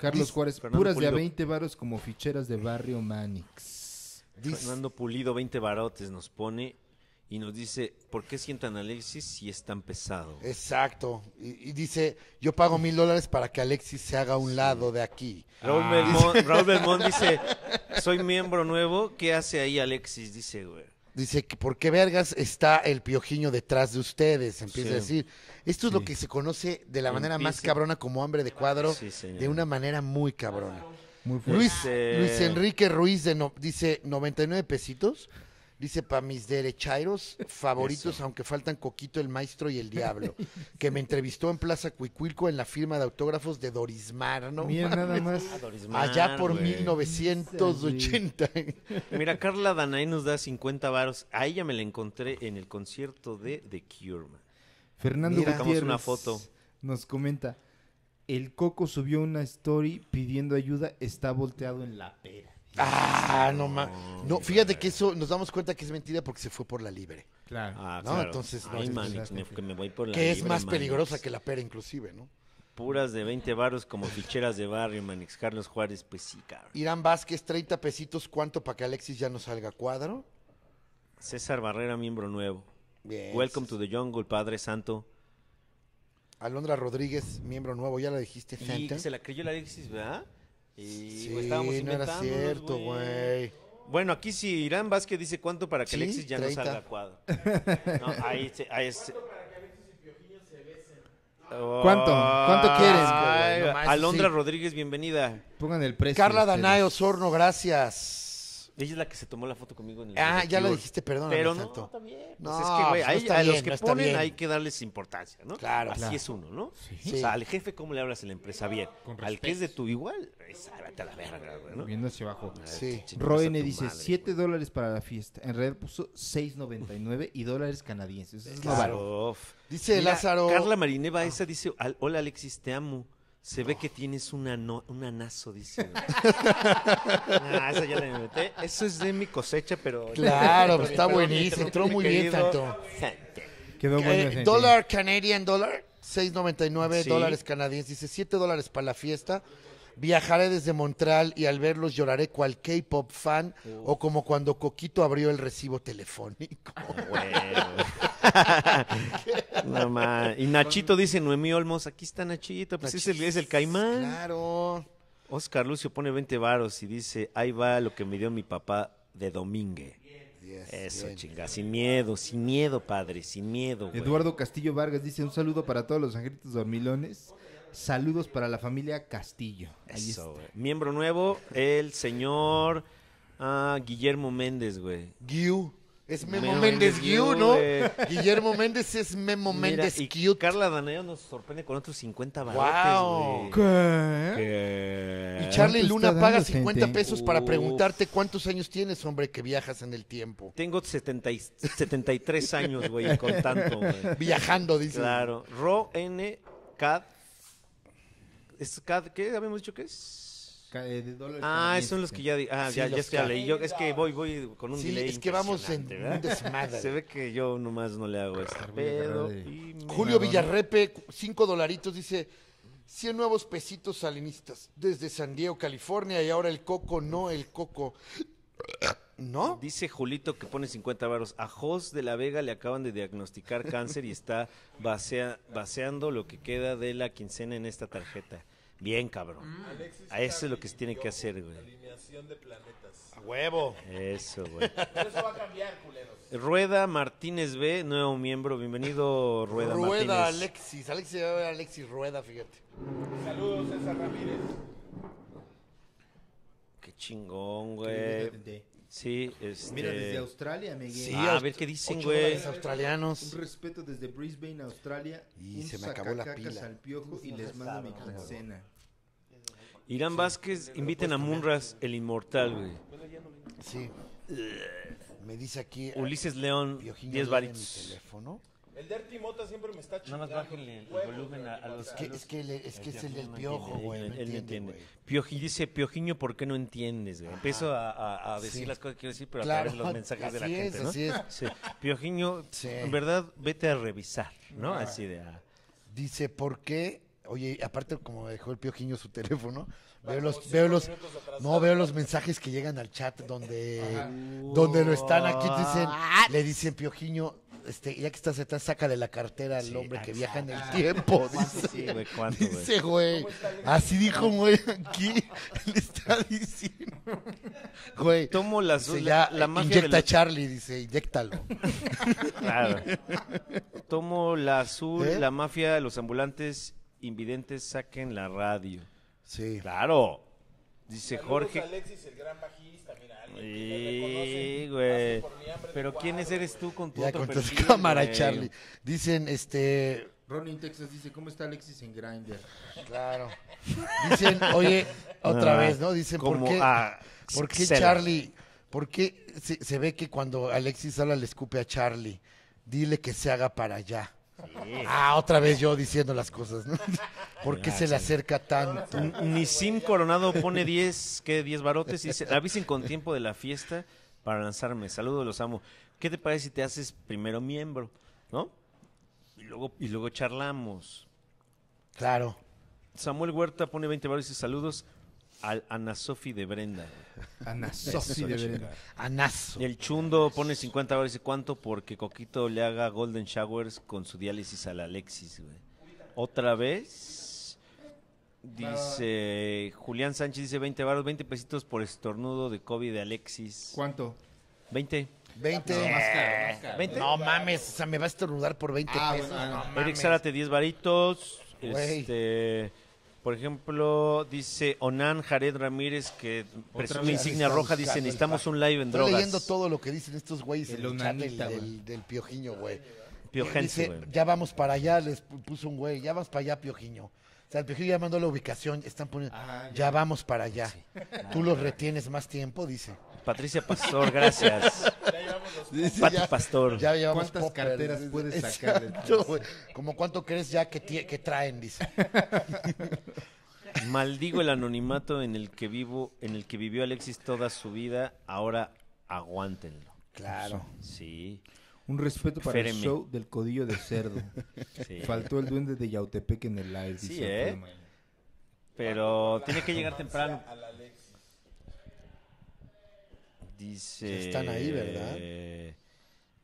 E: Carlos Juárez,
B: Fernando
E: puras de a
B: Pulido.
E: 20 varos como ficheras de barrio Manix.
A: Dice-
B: Fernando Pulido, 20 barotes nos pone y nos dice, ¿por qué sientan a Alexis si es tan pesado?
A: Exacto. Y, y dice, yo pago mil dólares para que Alexis se haga a un lado de aquí.
B: Raúl, Belmont, Raúl Belmont dice, soy miembro nuevo, ¿qué hace ahí Alexis? Dice, güey.
A: Dice que por qué vergas está el piojiño detrás de ustedes, empieza
B: Sí.
A: a decir. Esto es lo que se conoce de la manera más
B: Empieza-
A: cabrona como hambre de cuadro,
B: Sí, señor.
A: de una manera muy cabrona.
E: Muy fuerte.
A: Luis,
B: Dice-
A: Luis Enrique Ruiz de no- dice 99 pesitos. Dice para mis derechairos favoritos, aunque faltan Coquito el Maestro y el Diablo, que me entrevistó en Plaza Cuicuilco en la firma de autógrafos de Dorismar, ¿no?
E: Mira nada más.
A: Allá por
B: Güey.
A: 1980.
B: Mira, Carla Danay nos da 50 varos. A ella me la encontré en el concierto de The Cure, man.
E: Fernando
B: Mira, sacamos
E: Gutiérrez
B: una foto.
E: nos comenta, el Coco subió una story pidiendo ayuda, está volteado en la pera.
A: Ah, no ma- No, fíjate que eso nos damos cuenta que es mentira porque se fue por la libre.
E: Claro.
B: Ah,
A: No,
B: claro.
A: entonces no,
B: Ay,
A: entonces
B: Manix,
E: estás
B: me-
E: metido.
B: que me voy por la
A: Que es
B: libre,
A: más
B: Manix.
A: peligrosa que la pera, inclusive, ¿no?
B: Puras de 20 varos como ficheras de barrio, Manix. Carlos Juárez, pues sí, cabrón.
A: Irán Vázquez, 30 pesitos, ¿cuánto para que Alexis ya no salga a cuadro?
B: César Barrera, miembro nuevo.
A: Bien.
B: Welcome to the jungle, Padre Santo.
A: Alondra Rodríguez, miembro nuevo, ya la dijiste,
B: Y
A: Santa.
B: que se la creyó la Alexis, ¿verdad? Y
A: Sí,
B: güey,
A: no
B: estábamos
A: era
B: inventándonos,
A: cierto, güey.
B: Bueno, aquí sí, Irán Vázquez dice cuánto para que
A: Sí,
B: Alexis ya
A: 30.
B: no salga a cuadro. No, ahí se, ahí se- Oh,
E: ¿Cuánto? ¿Cuánto quieren?
B: Ay,
A: No más,
B: Alondra
A: sí.
B: Rodríguez, bienvenida.
E: Pongan el precio.
A: Carla
E: ustedes.
A: Danae Osorno, gracias.
B: Ella es la que se tomó la foto conmigo en el
A: Ah, ya
B: lo
A: la dijiste, perdóname,
B: Pero no,
A: Santo.
B: también.
A: No,
B: Pues es que, güey,
A: pues no
B: ahí-
A: está
B: a los
A: bien,
B: que
A: no está
B: ponen
A: bien.
B: hay que darles importancia, ¿no?
A: Claro,
B: Así
A: claro.
B: es uno, ¿no?
A: Sí.
B: O sea, al jefe, ¿cómo le hablas en la empresa? Bien. Al que es de tu igual, esa, vete a la verga, güey, ¿no?
E: Viendo hacia abajo.
A: Sí.
B: Chingas a
E: Roene
B: tu
E: dice
B: madre,
E: 7 dólares para la fiesta. En realidad puso 6.99 y dólares canadienses. Eso es lo
A: Claro.
E: barato.
B: Uf.
A: Dice
B: Mira,
A: Lázaro.
B: Carla Marineva esa dice, "Al- hola Alexis, te amo. Se ve que tienes una no- un anazo, dice. Ah, esa ya la inventé. Eso es de mi cosecha, pero...
A: Claro, pues,
B: Pero
A: está
B: mi
A: buenísimo, entró muy bien,
B: querido
A: Santo.
B: Santo.
E: Quedó
A: Eh,
E: bueno. gente.
A: dólar Canadian dólar, 6.99
B: Sí.
A: dólares canadienses, dice 7 dólares para la fiesta. Viajaré desde Montreal y al verlos lloraré cual K-pop fan o como cuando Coquito abrió el recibo telefónico.
B: Ah, No, ma. Y Nachito dice, Noemí Olmos, aquí está Nachito, pues es el, es el caimán.
A: Claro.
B: Oscar Lucio pone 20 varos y dice, ahí va lo que me dio mi papá de domingue.
A: Yes,
B: Eso,
A: bien.
B: chinga, sin miedo, sin miedo, padre, sin miedo. güey.
E: Eduardo Castillo Vargas dice un saludo para todos los angelitos dormilones. Saludos para la familia Castillo. Ahí
B: Eso, güey. Miembro nuevo, el señor ah, Guillermo Méndez, güey.
A: Guiu. Es Memo,
B: Memo
A: Méndez
B: Méndez
A: Guiu,
B: Guiu,
A: ¿no?
B: eh.
A: Guillermo Méndez es Memo
B: Mira,
A: Méndez
B: y
A: Cute.
B: Carla Daneo nos sorprende con otros 50
A: Guau.
B: barotes, güey.
E: está. ¿Qué?
B: Que-
A: Y Charlie
E: ¿Cuánto
A: Luna
E: está
A: paga
E: dando,
A: 50
E: gente?
A: pesos para
B: Uf.
A: preguntarte cuántos años tienes, hombre, que viajas en el tiempo.
B: Tengo 70 y- 73 años, güey, y con tanto, güey.
A: Viajando, dice.
B: Claro. Ro N CAD. ¿Es CAD? ¿Qué habíamos dicho que es?
E: Ca- eh, de dólares
B: Ah,
E: canadienses.
B: son los que ya di- Ah,
A: Pues, Sí,
B: ya,
A: los
B: ya, ya
A: CAD.
B: leí. Yo, es que voy, voy con un
A: Sí,
B: delay.
A: es que vamos en
B: impresionante,
A: un
B: ¿verdad?
A: desmadre.
B: Se ve que yo nomás no le hago este
E: voy a agarrar
B: pedo.
E: de-
B: y me-
A: Julio Villarrepe, 5 dolaritos, dice, 100 nuevos pesitos salinistas desde San Diego, California. Y ahora el coco, no el coco. ¿No?
B: Dice Julito que pone 50 varos. A Jos de la Vega le acaban de diagnosticar cáncer y está basea- vaciando lo que queda de la quincena en esta tarjeta. Bien, cabrón.
F: Alexis
B: A eso es lo
F: Carrillo,
B: que se tiene que hacer, güey.
F: Alineación de planetas.
A: A huevo.
B: Eso, güey.
F: Pero eso va a cambiar, culeros.
B: Rueda Martínez B, nuevo miembro. Bienvenido, Rueda,
A: Rueda,
B: Martínez.
A: Alexis. Alexis, se llama Alexis Rueda, fíjate.
F: Saludos, César Ramírez.
B: Qué chingón, güey. Sí, este...
E: Mira, desde Australia, Miguel.
A: Sí,
B: Ah, a
A: aust-
B: ver qué dicen,
A: ocho
B: güey.
A: dólares
E: Un
A: australianos.
E: respeto desde Brisbane, Australia.
A: Y
E: un
A: se me acabó la
E: sacacacas
A: pila.
E: al piojo y les mando mi quincena.
B: Irán Vázquez, inviten a Munras, el inmortal, güey.
A: Sí. Me dice aquí.
B: Ulises León,
A: Piojinho
B: 10
A: viene mi
B: varitos.
A: teléfono.
F: El Dirty Mota siempre me está
B: Nada
F: chingando.
B: más bájenle el
F: huevos,
B: volumen
F: güey,
B: a- a los-
A: Es
F: Mota.
A: que, es que, el- es, que es el del
B: no
A: piojo,
B: entiende,
A: güey.
B: él-
A: No
B: él no
A: entiende,
B: entiende.
A: güey.
B: Pioji- dice, Piojiño, ¿por qué no entiendes? güey? Empiezo a, a- a decir
A: Sí.
B: las cosas que quiero decir, pero a
A: Claro,
B: través de los mensajes de la
A: así
B: gente,
A: es,
B: ¿no?
A: así es.
B: Sí. Piojiño,
A: Sí.
B: en verdad, vete a revisar, ¿no? Así de... ah,
A: Dice, ¿por qué? Oye, aparte como dejó el piojiño su teléfono, veo
F: como
A: los,
F: cinco
A: veo los,
F: minutos atrasado.
A: no veo los mensajes que llegan al chat donde, donde lo están aquí dicen,
B: Ah.
A: le dicen piojiño, este, ya que estás atrás saca de la cartera al
B: Sí,
A: hombre que
B: ah,
A: viaja en el
E: ah,
A: tiempo.
E: ¿Cuánto
A: Dice,
B: Sí, güey, ¿cuánto, güey?
A: dice, güey, así dijo un güey aquí, le está diciendo, güey.
B: Tomo las-
A: dice,
B: la,
A: ya, eh,
B: la magia de
A: inyecta
B: los
A: a Charlie, dice, inyectalo.
B: Claro. Tomo la azul,
A: ¿Eh?
B: la mafia, los ambulantes, invidentes, saquen la radio.
A: Sí.
B: Claro. Dice
F: Saludos a
B: Jorge.
F: Alexis, el gran bajista, mira, alguien que
B: Sí,
F: me
B: güey.
F: reconoce. Paso por mi hambre de
B: Pero
F: cuadro,
B: ¿quién eres
F: güey.
B: tú con tu
A: Ya
B: otro
A: con tu
B: perfil,
A: cámara,
B: güey?
A: Charlie. Dicen, este,
E: Ronnie en Texas dice, ¿cómo está Alexis en Grindr?
A: Claro. Dicen, oye, otra
B: Ah,
A: vez, ¿no? Dicen, ¿por
B: como ah,
A: qué,
B: a
A: por qué
B: Cela.
A: Charlie? ¿Por qué se, se ve que cuando Alexis habla le escupe a Charlie? Dile que se haga para allá. Ah, otra vez yo diciendo las cosas, ¿no? ¿Por
B: Ah,
A: qué se le acerca tanto?
B: N- Nisim Coronado pone 10, ¿qué? 10 barotes. Y dice, avisen con tiempo de la fiesta para lanzarme. Saludos, los amo. ¿Qué te parece si te haces primero miembro? ¿No? Y luego, y luego charlamos.
A: Claro.
B: Samuel Huerta pone 20 baros y dice saludos al Ana Sofi de Brenda.
E: Ana Sofi de verdad.
A: Anazo.
B: El Chundo pone 50 baros y dice cuánto porque Coquito le haga Golden Showers con su diálisis al Alexis, güey. Otra vez. Dice Julián Sánchez dice 20 baros, 20 pesitos por estornudo de COVID de Alexis.
E: ¿Cuánto?
B: 20.
A: 20.
E: caro, más caro.
B: 20.
A: No mames, o sea, me va a estornudar por 20
E: Ah,
A: pesos.
E: bueno, ah,
A: no
E: no.
B: Eric
A: mames.
B: Zárate 10 varitos.
A: Güey.
B: Este, por ejemplo, dice Onan Jared Ramírez que presume
E: vez
B: insignia
A: están
B: roja,
A: buscando
B: dice
A: el
B: necesitamos
A: pan".
B: un live en
A: Estoy
B: drogas.
A: leyendo todo lo que dicen estos güeyes en
E: El
A: el chat del,
E: onanita, güey.
A: del- del piojiño, güey.
B: Piojense,
A: Dice,
B: güey.
A: ya vamos para allá, les pu- puso un güey, ya vamos para allá, Piojiño. O sea, el Piojiño ya mandó la ubicación, están poniendo,
E: Ah,
A: ya. vamos para allá. Tú los retienes más tiempo, dice.
B: Patricia Pastor, gracias.
A: Dice,
B: Pati
A: ya-
B: Pastor.
A: ya llevamos
E: ¿Cuántas carteras
A: dice.
E: puedes sacar de-
A: Exacto, güey. Como cuánto crees ya que, tie- que traen, dice.
B: Maldigo el anonimato en el que vivo, en el que vivió Alexis toda su vida. Ahora aguántenlo.
A: Claro.
B: Sí,
E: Un respeto para el
B: Féreme.
E: show del codillo de cerdo.
B: sí.
E: Faltó el duende de Yautepec en el live.
B: Sí,
E: dice
B: ¿eh?
E: Alfredo Mayo.
B: Pero tiene que llegar temprano.
F: Al Alexis.
B: Dice. eh,
A: Ya están ahí, ¿verdad?
E: Ya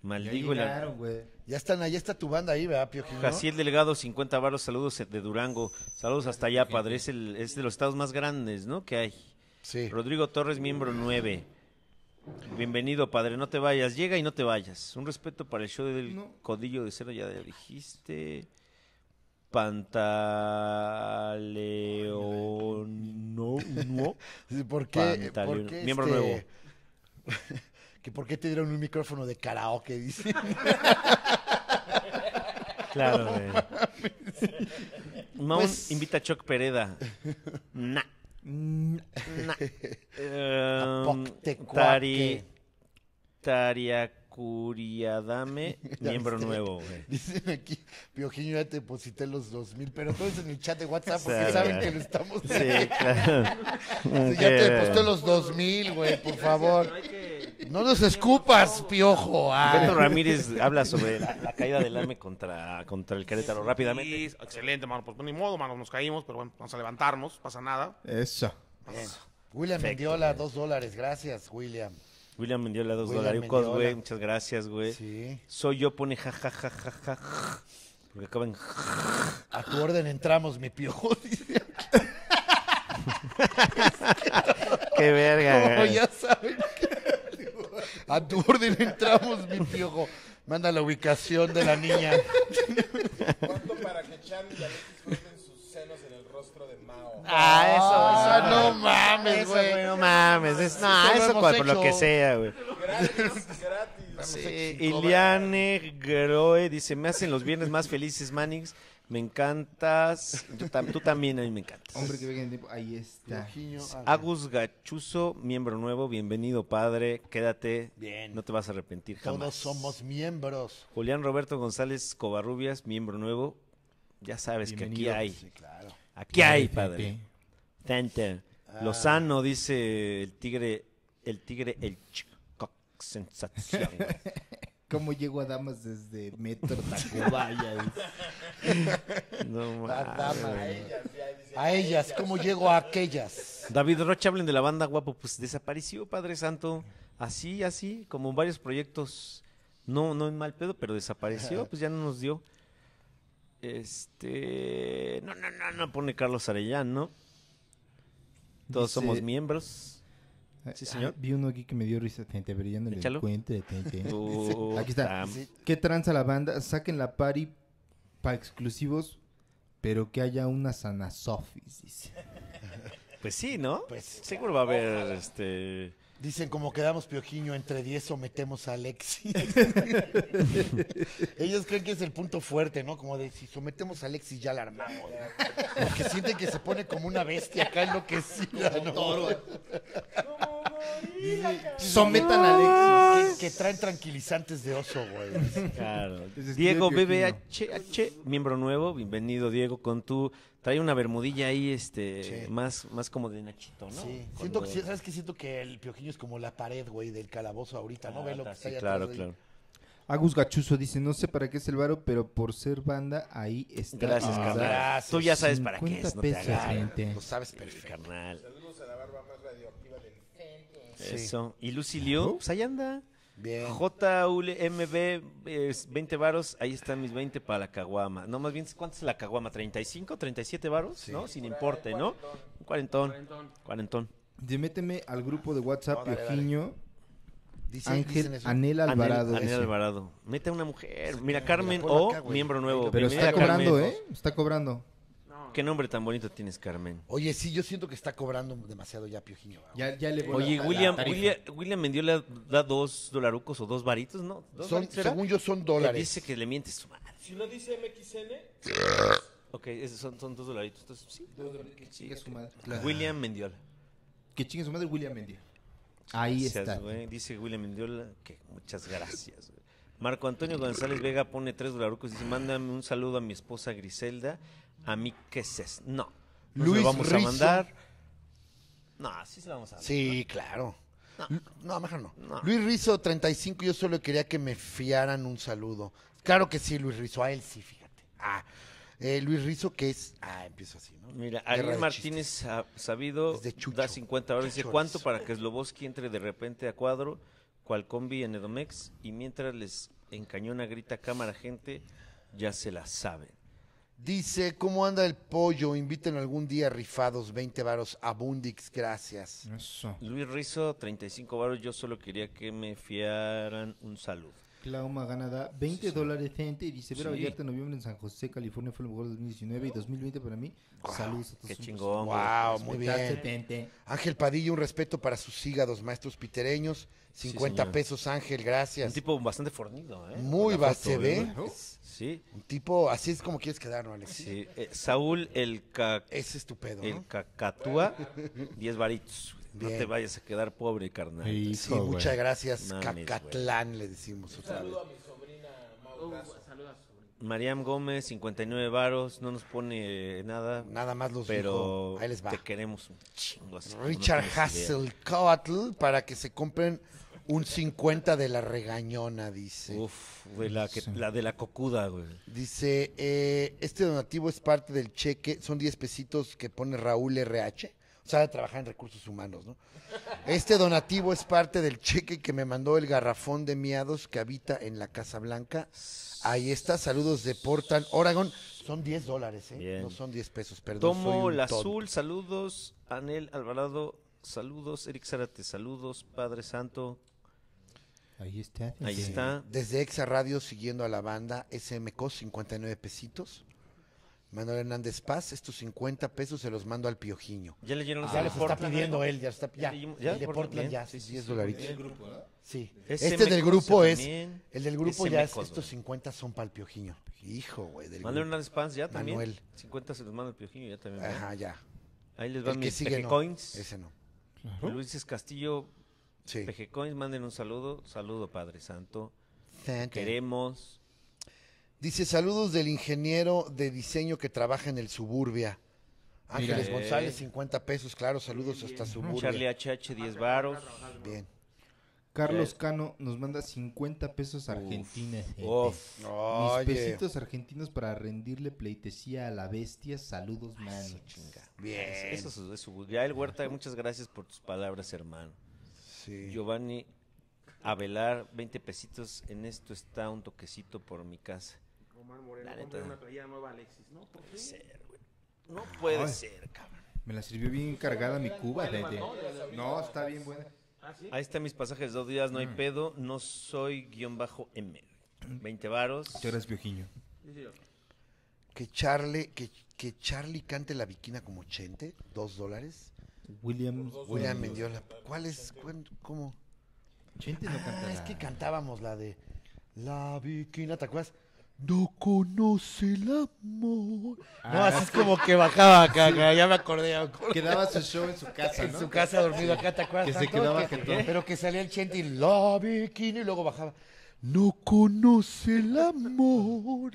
B: Maldigo el anonimato.
E: llegaron, güey.
A: Ya están, ahí está tu banda ahí, ¿verdad, Piojiño?
B: Jaciel Delgado, 50 varos, saludos de Durango. Saludos hasta allá, padre. Es, el, es de los estados más grandes, ¿no? Que hay.
A: Sí.
B: Rodrigo Torres, miembro 9. Bienvenido, padre. No te vayas. Llega y no te vayas. Un respeto para el show del
E: No.
B: Codillo de Cero, ya dijiste. Pantaleón. No.
A: Dice, ¿Por qué?
B: Pantaleón.
A: por qué,
B: Miembro
A: este,
B: nuevo.
A: que por qué te dieron un micrófono de karaoke, dice.
B: Claro, güey. Maun
A: Pues-
B: invita a Chuck Pereda. Nah.
E: Mm.
B: Nah. Em,
A: Apoctecuaque.
B: Tari. Tariacuriadame, miembro nuevo, güey.
A: Dicen aquí, Piojiño, ya te deposité los dos mil, pero todo es en el chat de WhatsApp porque
B: Claro.
A: saben que lo estamos.
B: Sí, claro.
A: Sí, ya te deposité los dos mil, güey, por favor.
B: Hay que
A: No los escupas, piojo. Ah. Ay.
B: Ah. Beto Ramírez habla sobre la, la caída del AME contra, contra el Querétaro rápidamente.
G: Sí, excelente, mano. Pues ni modo, mano, nos caímos, pero bueno, vamos a levantarnos, pasa nada. Pues,
E: Eso.
A: Bien. William Mendiola, dos dólares. Gracias, William.
B: William Mendiola, dos
A: William
B: dolarucos,
A: Mendiola.
B: güey. Muchas gracias, güey.
A: Sí.
B: Soy yo, pone ja, ja, ja, ja, ja, ja, Porque acaban.
A: A tu orden entramos, mi piojo. dice.
B: ¡Qué verga!
A: Como ya saben. A tu orden entramos, mi piojo. Manda la ubicación de la niña.
F: ¿Cuánto para que Chan y Alexis froten sus senos en el rostro de Mao?
B: Ah, eso,
A: Ah,
B: eso,
A: no mames,
B: eso,
A: güey.
B: No mames, es, no,
A: Eso lo
B: eso
A: hemos
B: cual- por lo
A: hecho.
B: que sea, güey.
F: Gratis, gratis.
B: Sí,
A: Sexy cover.
B: Iliane Groe dice, me hacen los viernes más felices, Manix. Me encantas. Yo tam- tú también, a mí me encantas.
E: Hombre que venga en tiempo. Ahí está.
A: Piojiño, a-
B: Agus Gachuso, miembro nuevo, bienvenido padre, quédate,
A: Bien.
B: no te vas a arrepentir jamás.
A: Todos somos miembros.
B: Julián Roberto González Covarrubias, miembro nuevo, ya sabes que
E: Bienvenido.
B: aquí hay,
A: Sí, claro.
B: aquí hay padre.
E: Pepe.
B: Tanta. Lozano dice el tigre, el tigre, el chico, sensación. güey.
E: ¿Cómo llego a damas desde Metro Tacubaya?
B: No
A: A
B: mames.
A: damas. A ellas, ¿cómo llego a aquellas?
B: David Rocha, hablen de la banda guapo, pues desapareció, Padre Santo, así, así, como en varios proyectos, no, no en mal pedo, pero desapareció, pues ya no nos dio. Este, no, no, no, no pone Carlos Arellano. Todos
E: Dice-
B: somos miembros. Sí,
E: Ah,
B: señor.
E: vi uno aquí que me dio risa, tente, pero ya no le
B: Échalo.
E: encuentro, tente.
B: Puta
E: Aquí está.
B: m-
A: Sí.
E: ¿Qué tranza la banda? Saquen la party para exclusivos, pero que haya una sana sofis, dice.
B: Pues sí, ¿no?
A: Pues-
B: Seguro va a haber, este,
A: Dicen, como quedamos Piojiño entre 10 o metemos a Alexis. Ellos creen que es el punto fuerte, ¿no? Como de si sometemos a Alexis ya la armamos. ¿no? Porque sienten que se pone como una bestia acá enloquecida, ¿no?
E: Sometan a Alexis.
A: Que, que traen tranquilizantes de oso, güey.
B: Claro.
E: Les escribe
B: Diego
E: Piojiño.
B: BBHH, miembro nuevo, bienvenido Diego con tu trae una bermudilla ahí este
A: Sí.
B: más más como de Nachito, ¿no?
A: Sí.
B: Con
A: Siento que,
B: lo-
A: ¿Sabes qué? Siento que el Piojiño es como la pared, güey, del calabozo ahorita, ¿no?
B: Ah,
A: Ve lo que
B: ta-
A: está
B: sí,
A: allá
B: claro,
A: atrás de ahí.
B: claro.
E: Agus Gachuso dice, no sé para qué es el varo, pero por ser banda, ahí está.
B: Gracias,
E: Ah,
B: carnal.
A: gracias.
B: Tú ya sabes para qué es,
E: 50
B: no te
E: pesos,
B: hagas,
E: gente.
A: Lo sabes
B: eh,
A: perfecto.
B: carnal.
F: Saludos a la barba más radioactiva del
A: Sí.
B: Eso. Y Lucy Liu, pues ahí anda.
A: Bien.
B: JULMB, es 20 varos, ahí están mis 20 para la caguama. No, más bien, ¿cuánto es la caguama? ¿35, 37 varos? ¿No? Sin importe, ¿no? Un cuarentón. Cuarentón.
E: Dice, méteme al grupo de WhatsApp,
A: No, dale, dale.
E: Piojiño,
A: Dicen, dicen
E: Ángel,
A: eso.
E: Anel Alvarado.
B: Anel, Anel
E: eso.
B: Alvarado. Mete a una mujer. Mira, Carmen
A: ponla
B: O,
A: acá, güey.
B: miembro nuevo.
E: Pero
B: Bienvenida,
E: está cobrando,
B: Carmen.
E: ¿eh? Está cobrando.
B: Qué nombre tan bonito tienes, Carmen.
A: Oye, sí, yo siento que está cobrando demasiado ya Piojiño. güey.
E: Ya, ya le voy
B: Oye,
E: a- la
B: William,
E: tarifa.
B: William, William Mendiola da dos dolarucos o dos varitos, ¿no? ¿Dos
A: Son,
B: varitos era?
A: según yo son
B: Eh,
A: dólares.
B: Dice que le mientes su madre.
F: Si no dice MXN,
B: Ok, esos son, son dos dolaritos. Entonces, sí.
E: Que chingue su madre. La-
B: William Mendiola.
E: Que chingue su madre William Mendy. Ahí
B: Gracias,
E: está.
B: güey. Dice William Mendiola que muchas gracias. güey. Marco Antonio González Vega pone tres dolarucos y dice, mándame un saludo a mi esposa Griselda, a mí qué es. No, no se lo
A: Luis
B: vamos a
A: Rizzo.
B: mandar. No, sí se lo vamos a mandar.
A: Sí, claro. Lu- No, mejor no.
B: No.
A: Luis Rizo, 35, yo solo quería que me fiaran un saludo. Claro que sí, Luis Rizo, a él sí, fíjate. Ah, eh, Luis Rizo, que es... Ah, empiezo así, ¿no?
B: Mira,
A: Guerra
B: Ariel
A: de
B: Martínez Sa- Sabido
A: Desde Chucho.
B: da 50 horas. Dice,
A: Chucho
B: ¿cuánto
A: Rizzo.
B: para que Sloboski entre de repente a cuadro, cual combi en Edomex? Y mientras les encañona, grita cámara, gente, ya se la saben.
A: Dice, ¿cómo anda el pollo? Inviten algún día rifados, 20 varos, a Bundix, gracias.
E: Eso.
B: Luis Rizo, 35 baros. Yo solo quería que me fiaran un saludo.
E: Clauma Gana da 20 dólares gente y dice, ver a
B: Sí.
E: Vallarta en noviembre en San José, California fue lo mejor de 2019 y 2020 para mí. Saludos a
A: Pues
B: Qué
E: todos.
B: chingón. güey.
A: Wow, muy
E: Gracias,
A: bien.
E: Tente.
A: Ángel Padilla, un respeto para sus hígados, maestros pitereños.
B: Sí,
A: 50
B: señor.
A: pesos, Ángel, gracias.
B: Un tipo bastante fornido, ¿eh?
A: Muy
B: Con la
A: base,
B: foto,
A: ¿ve?
B: ¿verdad? Sí,
A: Un tipo, así es como quieres quedar, ¿no, Alex?
B: sí. Eh, Saúl, el, ca-
A: Ese es tu pedo, ¿no?
B: el cacatúa, 10 varitos. No
A: Bien.
B: te vayas a quedar pobre, carnal.
A: Sí, muchas gracias,
B: Mames, güey.
A: Cacatlán, le decimos otra vez.
D: Uh, saludos.
B: Mariam Gómez, 59 varos. No nos pone nada,
A: Nada más los
B: pero
A: dijo. pues, Ahí les va.
B: te queremos un chingo. así como no
A: Richard
B: tienes idea.
A: Hasselcoatl para que se compren Un 50 de la regañona, dice.
B: Uf, güey, la, que- la de la cocuda, güey.
A: Dice, eh, este donativo es parte del cheque, son 10 pesitos que pone Raúl RH. O sea, trabajar en recursos humanos, ¿no? Este donativo es parte del cheque que me mandó el garrafón de miados que habita en la Casa Blanca. Ahí está, saludos de Portland, Oregon. Son 10 dólares, ¿eh?
B: Bien.
A: No son 10 pesos, perdón.
B: Tomo
A: soy un
B: el
A: tonto.
B: azul, saludos. Anel Alvarado, saludos. Eric Zárate, saludos. Padre Santo,
E: Ahí está.
B: ahí
E: dice.
B: está.
A: Desde Exa Radio, siguiendo a la banda SMCO, 59 pesitos. Manuel Hernández Paz, estos 50 pesos se los mando al Piojiño.
B: ¿Ya leyeron
A: ya les
B: el de
A: Ah, está
B: Portland,
A: pidiendo
B: Anel?
A: él, ya está.
B: Ya
A: Ya,
B: leímos- ya,
A: el de
B: por-
A: Portland
B: bien,
A: ya,
B: sí, sí,
A: 10
B: sí,
A: dolaritos.
B: bien.
A: Sí.
B: Ese
A: este del
B: Mecos
A: grupo es.
B: también.
A: El del grupo
B: Ese
A: ya es.
B: Mecos,
A: Estos
B: güey.
A: 50 son para el Piojiño. Hijo, güey. Del
B: Manuel
A: grupo.
B: Hernández Paz, ya también.
A: Manuel.
B: 50 se los manda el piojillo, ya también. ¿verdad?
A: Ajá, ya.
B: Ahí les van
A: El que
B: mis
A: sigue no.
B: pejecoins.
A: Ese no.
B: Luis Castillo,
A: Sí.
B: pejecoins, manden un saludo. Saludo, Padre Santo.
A: Thank you.
B: Queremos.
A: Dice saludos del ingeniero de diseño que trabaja en el Suburbia. Ángeles
B: Eh.
A: González, 50 pesos, claro, saludos hasta
B: Charlie
A: Suburbia.
B: HH, 10 varos.
A: Bien.
E: Carlos
B: Yes.
E: Cano nos manda 50 pesos argentinos.
B: Uf.
E: Mis
A: Oye,
E: pesitos argentinos para rendirle pleitesía a la bestia. Saludos, man.
A: bien.
B: Eso es, es su- Yael Huerta, muchas gracias por tus palabras, hermano.
A: Sí.
B: Giovanni Avelar, 20 pesitos. En esto está un toquecito por mi casa.
D: Omar Moreno,
B: La neta.
D: compra una playera nueva Alexis, ¿no? ¿Por qué?
B: No puede
E: Ay.
B: ser, cabrón.
E: Me la sirvió bien cargada mi cuba. de- de- No, está bien buena.
D: ¿Ah, sí?
B: Ahí están mis pasajes de dos días, no hay pedo. No soy guión bajo M. 20 varos.
E: Muchas gracias, Piojiño.
D: Dice yo,
A: Que Charlie, que, que Charlie cante la viquina como Chente, dos dólares.
E: William.
A: William Mendiola. ¿Cuál es? ¿Cuán- ¿Cómo?
E: Chente no canta
A: Ah, es
E: la-
A: que cantábamos la de La Viquina, ¿te acuerdas? No conoce el amor. no,
E: Ah,
A: así es como que bajaba acá, acá, ya me acordé. ya me acordé.
E: Que daba su show en su casa,
A: en
E: ¿no?
A: su casa dormido acá, ¿te acuerdas?
E: Que se
A: Tanto
E: quedaba
A: que-
E: jetón.
A: Pero que salía el chente y La Viquina y luego bajaba. No conoce el amor.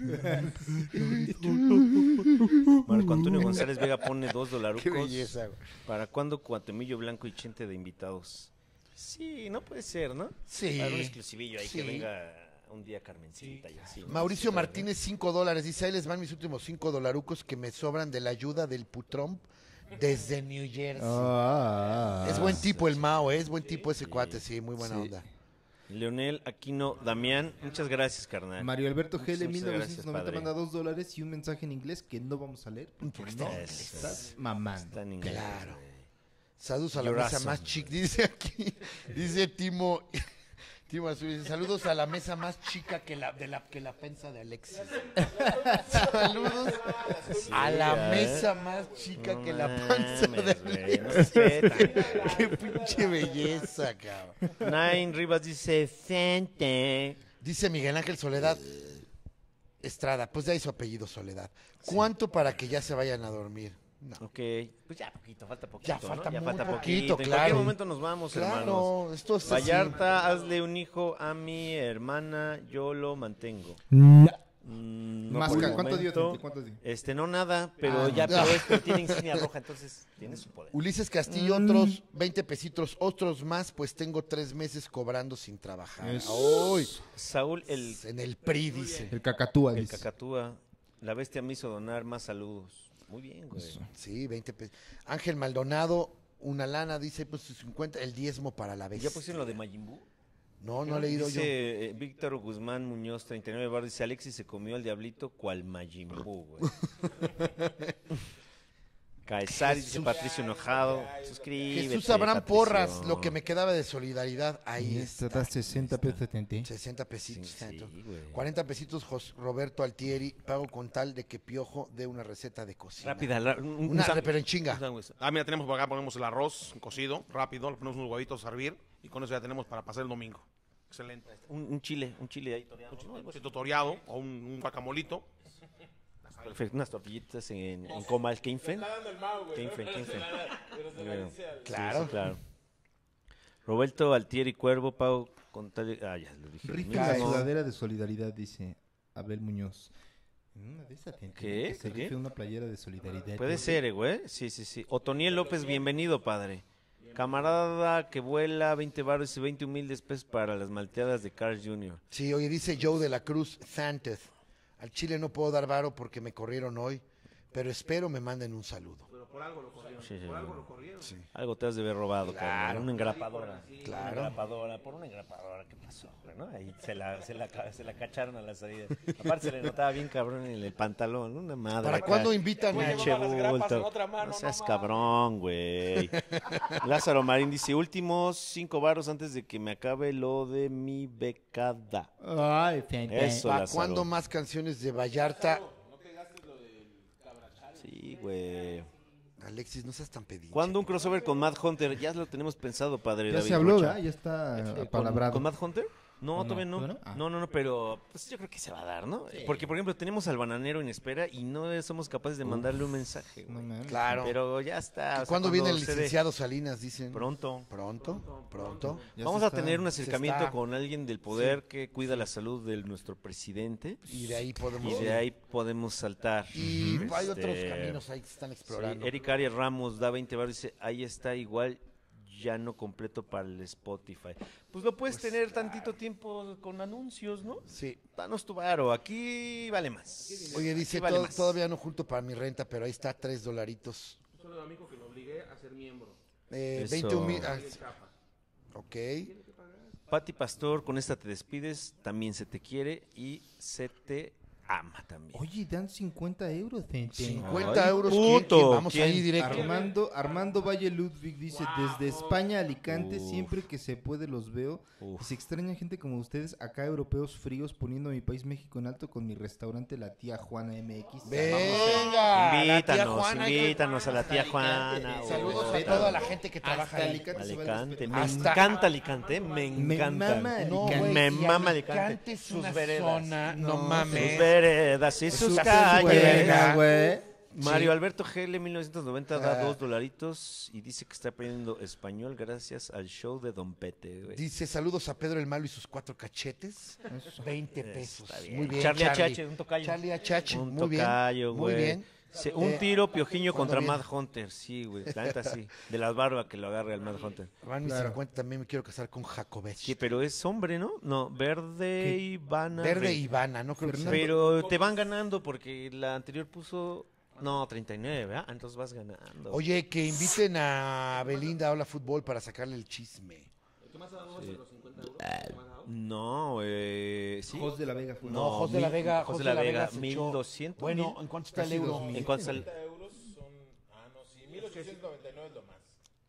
B: Marco Antonio González Vega pone dos
A: Qué
B: dolarucos.
A: belleza, güey.
B: ¿Para cuándo Cuatemillo Blanco y Chente de invitados? Sí, no puede ser, ¿no?
A: Sí.
B: Para un exclusivillo ahí que
A: Sí.
B: venga un día Carmencita y así. ¿no?
A: Mauricio
B: Sí,
A: Martínez, 5 dólares. Dice, ahí les van mis últimos 5 dolarucos que me sobran de la ayuda del Putrón desde New Jersey.
E: Ah.
A: es buen tipo el Mao, ¿eh? es buen tipo ese cuate, sí, muy buena
E: Sí.
A: onda.
B: Leonel Aquino Damián, muchas gracias, carnal.
E: Mario Alberto
B: Muchas,
E: GL
B: muchas gracias,
E: 1990
B: padre.
E: manda dos dólares y un mensaje en inglés que no vamos a leer.
A: Porque
E: Porque
A: está
E: no,
A: en
B: inglés.
E: estás mamando.
B: Está en inglés,
A: Claro.
B: güey.
A: Saludos a la
B: Your
A: mesa
B: awesome,
A: más chica, dice aquí, dice Timo, Timo Azul, dice, saludos a la mesa más chica que la, de la, que la pensa de Alexis. saludos a la
B: ¿eh?
A: mesa más chica que la panza
B: mames,
A: de
B: güey, no
A: Alexis.
B: sé, tan-
A: Qué pinche belleza, cabrón.
B: Nine Rivas dice, Fente.
A: Dice Miguel Ángel Soledad Estrada, pues ya hizo apellido Soledad. ¿Cuánto para que ya se vayan a dormir? No.
B: Ok, pues ya poquito, falta poquito.
A: Ya
B: ¿no?
A: falta muy poquito,
B: poquito. En
A: claro.
B: cualquier momento nos vamos, hermanos.
A: Claro, esto es así.
B: Vallarta, hazle un hijo a mi hermana, yo lo mantengo. Mm, no
E: Masca,
B: por el
E: ¿cuánto dio?
B: momento.
E: Titi? ¿Cuánto dio?
B: Este, no nada, pero
E: Ah,
B: ya
A: no.
B: pero es que tiene insignia roja, entonces tiene su poder.
A: Ulises Castillo, otros
B: Mm.
A: 20 pesitos, otros más, pues tengo tres meses cobrando sin trabajar.
E: Es-
A: Ay,
B: Saúl, el,
A: en el PRI, dice.
E: El cacatúa,
B: el
E: dice.
B: cacatúa, la bestia me hizo donar más saludos. Muy bien, güey.
E: Eso.
A: Sí, 20 pesos. Ángel Maldonado, una lana, dice, pues sus 50, el diezmo para la vez.
B: ¿Ya pusieron lo de Majin Buu?
A: No, no he leído
B: dice eh, Víctor Guzmán Muñoz, 39 bar, dice Alexis se comió al diablito cual Majin Buu, güey. Caesar, dice
A: Jesús.
B: Patricio Enojado,
A: yo.
B: suscríbete.
A: Jesús Abraham
B: Patricio.
A: Porras, lo que me quedaba de solidaridad, ahí
E: Y esta da
A: está.
E: 60 pesos. ¿eh? tente.
A: 60
B: Sí,
A: pesitos.
B: sí,
A: tanto.
B: güey.
A: 40 pesitos Jos- Roberto Altieri, pago con tal de que Piojo dé una receta de cocina.
B: Rápida, la- un, un
A: Una,
B: sándwich,
A: pero en
B: un
A: chinga.
B: sándwich.
G: Ah, mira, tenemos por acá, ponemos el arroz cocido, rápido, le ponemos unos huevitos a hervir y con eso ya tenemos para pasar el domingo. Excelente.
B: Un, un chile, un chile ahí toreado, ¿no?
G: Un chito toreado o un, un guacamolito.
B: Perfecto, unas tortillitas en, en comal Keinfen.
F: Está dando el mago, güey.
B: Keinfen, Keinfen.
F: Pero se la
B: Bueno,
F: dice al-
B: sí, sí, claro. Roberto Altieri Cuervo, Pau con tal... Ah, ya lo dije.
E: Rica
A: Claro.
E: la sudadera de solidaridad, dice Abel Muñoz. En una de esas, tente,
B: ¿Qué?
E: que se
B: ¿Qué?
E: rife una playera de solidaridad.
B: Puede ser, eh, güey. Sí, sí, sí. Otoniel López, bienvenido, padre. Camarada que vuela, 20 baros y 20 humildes pesos para las malteadas de Carl Jr.
A: Sí, oye, dice Joe de la Cruz Sánchez. Al Chile no puedo dar varo porque me corrieron hoy, pero espero me manden un saludo.
B: Sí, sí, sí. Algo te has de haber robado, carnal, Una engrapadora. Una
A: Claro.
B: engrapadora. Por una engrapadora, ¿qué pasó? güey, no? Ahí se la, se, la, ca- se la cacharon a la salida. Aparte se le notaba bien cabrón en el pantalón. Una madre.
A: ¿Para
B: acá.
A: cuándo invitan a
B: Pinche bulto. no seas cabrón, güey. Lázaro Marín dice, últimos cinco varos antes de que me acabe lo de mi becada.
H: Ay, fíjate.
B: Eso,
A: ¿Para
B: Lázaro.
A: cuándo más canciones de Vallarta?
B: Sí, güey.
A: Alexis, no seas tan pedido.
B: ¿Cuándo un crossover con Mad Hunter? Ya lo tenemos pensado, padre.
E: Ya
B: David
E: se habló,
B: Rocha.
E: ¿verdad? Ya está
B: Eh, ¿Con,
E: apalabrado.
B: con Mad Hunter? No,
H: No,
B: todavía no.
H: ¿todavía no?
B: no?
H: Ah.
B: no, no, pero pues yo creo que se va a dar, ¿no? Porque, por ejemplo, tenemos al bananero en espera y no somos capaces de mandarle un mensaje. güey.
E: No mames.
A: Claro.
B: Pero ya está. o sea,
A: ¿Cuándo viene el
B: se dé-
A: licenciado Salinas? Dicen.
B: Pronto.
A: Pronto, pronto.
E: Ya
B: Vamos
E: se
B: a
E: está-
B: tener un
A: se
B: acercamiento
A: está.
B: con alguien del poder que cuida la salud de nuestro presidente.
A: Y de ahí podemos.
B: Y de ahí podemos saltar.
A: Y
B: Ujú.
A: hay
B: Este,
A: otros caminos ahí que se están
B: sí,
A: explorando.
B: Eric Arias Ramos da 20 baros y dice, ahí está igual ya no completo para el Spotify. Pues lo puedes tener tantito tiempo con anuncios, ¿no?
A: Sí.
B: Danos tu varo, aquí vale más.
A: Oye,
B: Aquí
A: dice,
B: vale
A: "Tod-
B: más".
A: todavía no junto para mi renta, pero ahí está, tres dolaritos.
D: Solo el amigo que lo obligué a ser miembro.
A: Eh,
B: Eso.
A: 21 mil. ah,
D: Y el capa.
A: ok.
B: Pati Pastor, con esta te despides, también se te quiere y se te ama también.
E: Oye, dan 50 euros.
H: Fíjate.
A: 50
B: Ay,
A: euros. ¿quién,
B: puto,
A: quién? Vamos
B: ¿quién?
A: ahí directo.
E: Armando, Armando Valle Ludwig dice, desde España, Alicante,
B: Uf.
E: siempre que se puede los veo.
B: Uf.
E: Se extraña gente como ustedes, acá europeos fríos, poniendo a mi país México en alto con mi restaurante La Tía Juana MX.
A: Venga. la tía
B: Invítanos,
A: Juana, hay que-
B: invítanos a la tía Juana.
A: Saludos a
B: güey.
A: toda la gente que trabaja
E: Hasta
A: ahí.
E: Alicante se va el
B: Alicante,
E: respeto.
B: me
A: Hasta-
B: encanta Alicante, me
E: Me
B: encanta.
E: mama
A: No,
E: Alicante.
A: güey,
B: me
A: y
B: mama
A: Alicante
B: Alicante.
A: es
B: Sus
A: una
B: veredas.
A: zona, no,
B: Sus
A: mames.
B: veredas y sus
E: Súper buena,
B: calles.
E: güey.
B: Mario
A: Sí.
B: Alberto GL 1990 da
A: Ah.
B: dos dolaritos y dice que está aprendiendo español gracias al show de Don Pete. güey.
A: Dice, saludos a Pedro el Malo y sus cuatro cachetes. 20 pesos.
B: Está
A: Muy bien.
B: Charlie Achache, un tocayo.
A: Charlie Achache,
B: Un
A: muy bien.
B: tocayo,
A: muy
B: güey.
A: bien.
B: Se- un
A: Eh,
B: tiro piojiño
A: ¿cuándo
B: contra
A: viene?
B: Mad Hunter, sí, güey. La neta sí. De las barbas que lo agarre al Mad Hunter.
A: Van mis
E: Claro.
A: 50, también me quiero casar con Jacobet.
B: Que, pero es hombre, ¿no? No, verde Ivana.
A: Verde
B: Re-
A: Ivana, no creo que sea.
B: Pero te van ganando porque la anterior puso. No, 39, ¿verdad? Ah, Entonces vas ganando.
A: Oye, que inviten a Belinda a Hola Fútbol para sacarle el chisme.
B: No, eh. ¿sí?
E: Jos de la Vega fue.
A: No, Jos de la
B: mil-
A: Vega.
B: Jos de la Vega,
A: se echó-
B: 1200.
A: Bueno,
B: mil.
A: ¿en cuánto está el
E: Casi
A: euro?
E: 2000.
B: ¿en cuánto sale?
F: euros son. Ah, no, sí. 1899 es lo más.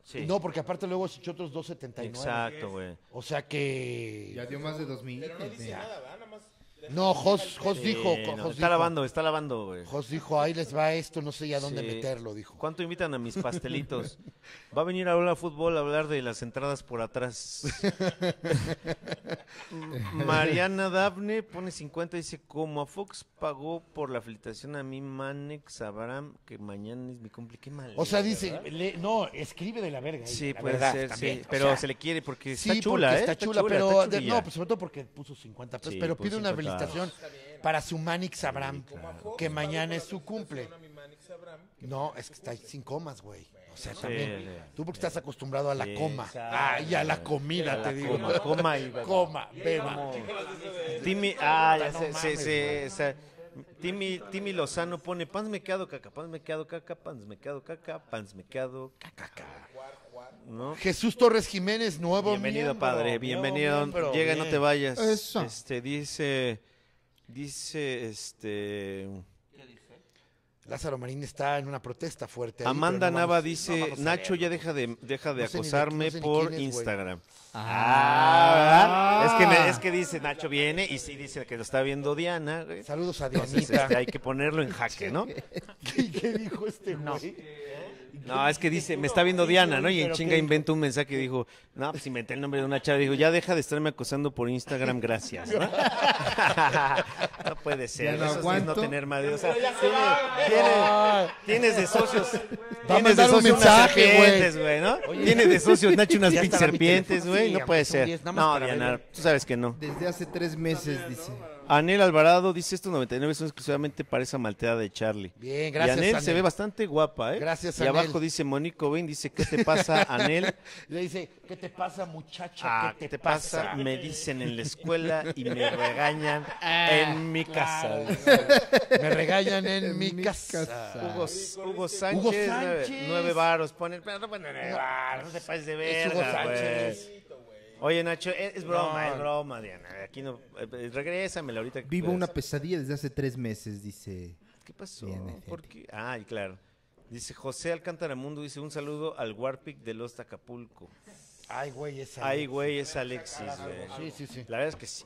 B: Sí.
A: No, porque aparte luego se echó otros 2.79.
B: Exacto, güey.
A: O sea
E: Ya
A: que...
E: dio más de 2000.
F: Pero no dice
E: gente.
F: nada, ¿verdad? Ah, Nada más.
A: No, Jos, Jos
B: Sí,
A: dijo...
B: no,
A: Jos
B: está
A: dijo-
B: lavando, está lavando, güey.
A: Jos dijo, ahí les va esto, no sé ya dónde
B: Sí.
A: meterlo, dijo.
B: ¿Cuánto invitan a mis pastelitos? Va a venir a hablar fútbol a hablar de las entradas por atrás. M- Mariana Dafne pone 50 y dice, como a Fox pagó por la filtración a mí, Manex Abraham, que mañana es mi cumple. Qué mal.
A: O sea, dice, le- no, escribe de la verga. ella,
B: Sí,
A: la
B: puede
A: verdad,
B: ser,
A: también,
B: sí.
A: o
B: Pero
A: sea,
B: se le quiere porque
A: sí,
B: está chula,
A: porque
B: ¿eh?
A: está chula, pero de-
B: chulilla.
A: no, pues, sobre todo porque puso 50 pesos,
B: Sí,
A: pero
B: puso
A: pide una
B: 50.
A: habilitación para su Manix Abraham, que mañana es su cumple.
F: Una mi Manix Abraham.
A: No, es que está sin comas, güey. O sea,
B: Sí,
A: también.
B: sí.
A: Tú porque estás acostumbrado a la
B: Sí,
A: coma.
B: exacto.
A: Ah, y a la
B: A
A: comida,
B: la
A: te digo.
B: coma, coma y beba.
A: Coma, beba.
B: Timmy, ah, ya
A: No
B: sé,
A: mames,
B: se- se- se- Timmy, Timmy Lozano pone pans me quedo caca, pans me quedo caca, pans me quedo caca, pans me quedo caca. ¿No?
A: Jesús Torres Jiménez, nuevo
B: Bienvenido,
A: miembro,
B: padre,
A: nuevo
B: bienvenido.
A: miembro,
B: Llega, no
A: bien.
B: te vayas.
E: Eso.
B: Este dice dice este
A: Lázaro Marín está en una protesta fuerte. ahí,
B: Amanda
A: pero no
B: Nava
A: vamos-
B: dice,
A: no vamos a
B: "Nacho
A: leerlo".
B: ya deja de deja de
A: No sé ni de-
B: acosarme
A: no sé ni
B: por
A: quién es, güey.
B: Instagram."
H: Ah.
B: Ah, ¿verdad? es que me- es que dice Nacho viene y sí dice que lo está viendo Diana, güey.
A: Saludos a
B: Entonces,
A: Dianita.
B: este, hay que ponerlo en jaque, ¿no?
A: ¿Qué, qué dijo este güey?
B: No, es que dice, me está viendo Diana, ¿no? Y en chinga inventó un mensaje y dijo, no, pues inventé el nombre de una chava. Dijo, ya deja de estarme acosando por Instagram, gracias, ¿no? No puede ser.
E: Ya no
B: eso sí es
E: aguanto.
B: no tener madre. O sea, tiene- tiene- tienes de socios.
A: Va a
B: Tienes de
A: mandar un
B: socios unas
A: mensaje, güey.
B: serpientes, güey, ¿no? Tienes de socios, Nacho, unas
A: Ya
B: pinches
A: estaba mi teléfono.
B: serpientes, güey.
A: Sí,
B: No
A: aunque
B: puede
A: son
B: ser.
A: diez, nada más
B: No,
A: para
B: Diana,
A: verlo.
B: tú sabes que no.
E: Desde hace tres meses, dice.
B: Anel Alvarado dice estos 99 son exclusivamente para esa malteada de Charlie.
A: Bien, gracias.
B: y Anel, se ve bastante guapa, ¿eh?
A: Gracias,
B: Y
A: Anel.
B: abajo dice Monico Bain, dice, ¿qué te pasa, Anel?
A: Le dice, ¿qué te pasa, muchacha?
B: Ah, ¿qué te pasa? Me dicen en la escuela y me regañan en mi casa.
A: Ah, Me regañan en mi
E: mi
A: casa.
B: Hugo, Hugo Sánchez,
A: Hugo
B: nueve-
A: Sánchez.
B: nueve varos. Pone, pero no pone nueve varos, no te pases de
A: Es Hugo
B: verga,
A: Sánchez.
B: güey. Oye, Nacho, es, es broma,
A: No.
B: es broma, Diana. Aquí no, eh, eh, regrésamela ahorita. que
E: Vivo
B: puedas.
E: una pesadilla desde hace tres meses, dice.
B: ¿Qué pasó?
E: Bien, gente.
B: ¿Por qué? Ay, claro. Dice José Alcántara Mundo, dice un saludo al Warpic de Los Acapulco.
A: Ay, güey, esa.
B: Ay, güey, es Alexis, güey.
A: Sí, sí, sí.
B: La verdad es que sí.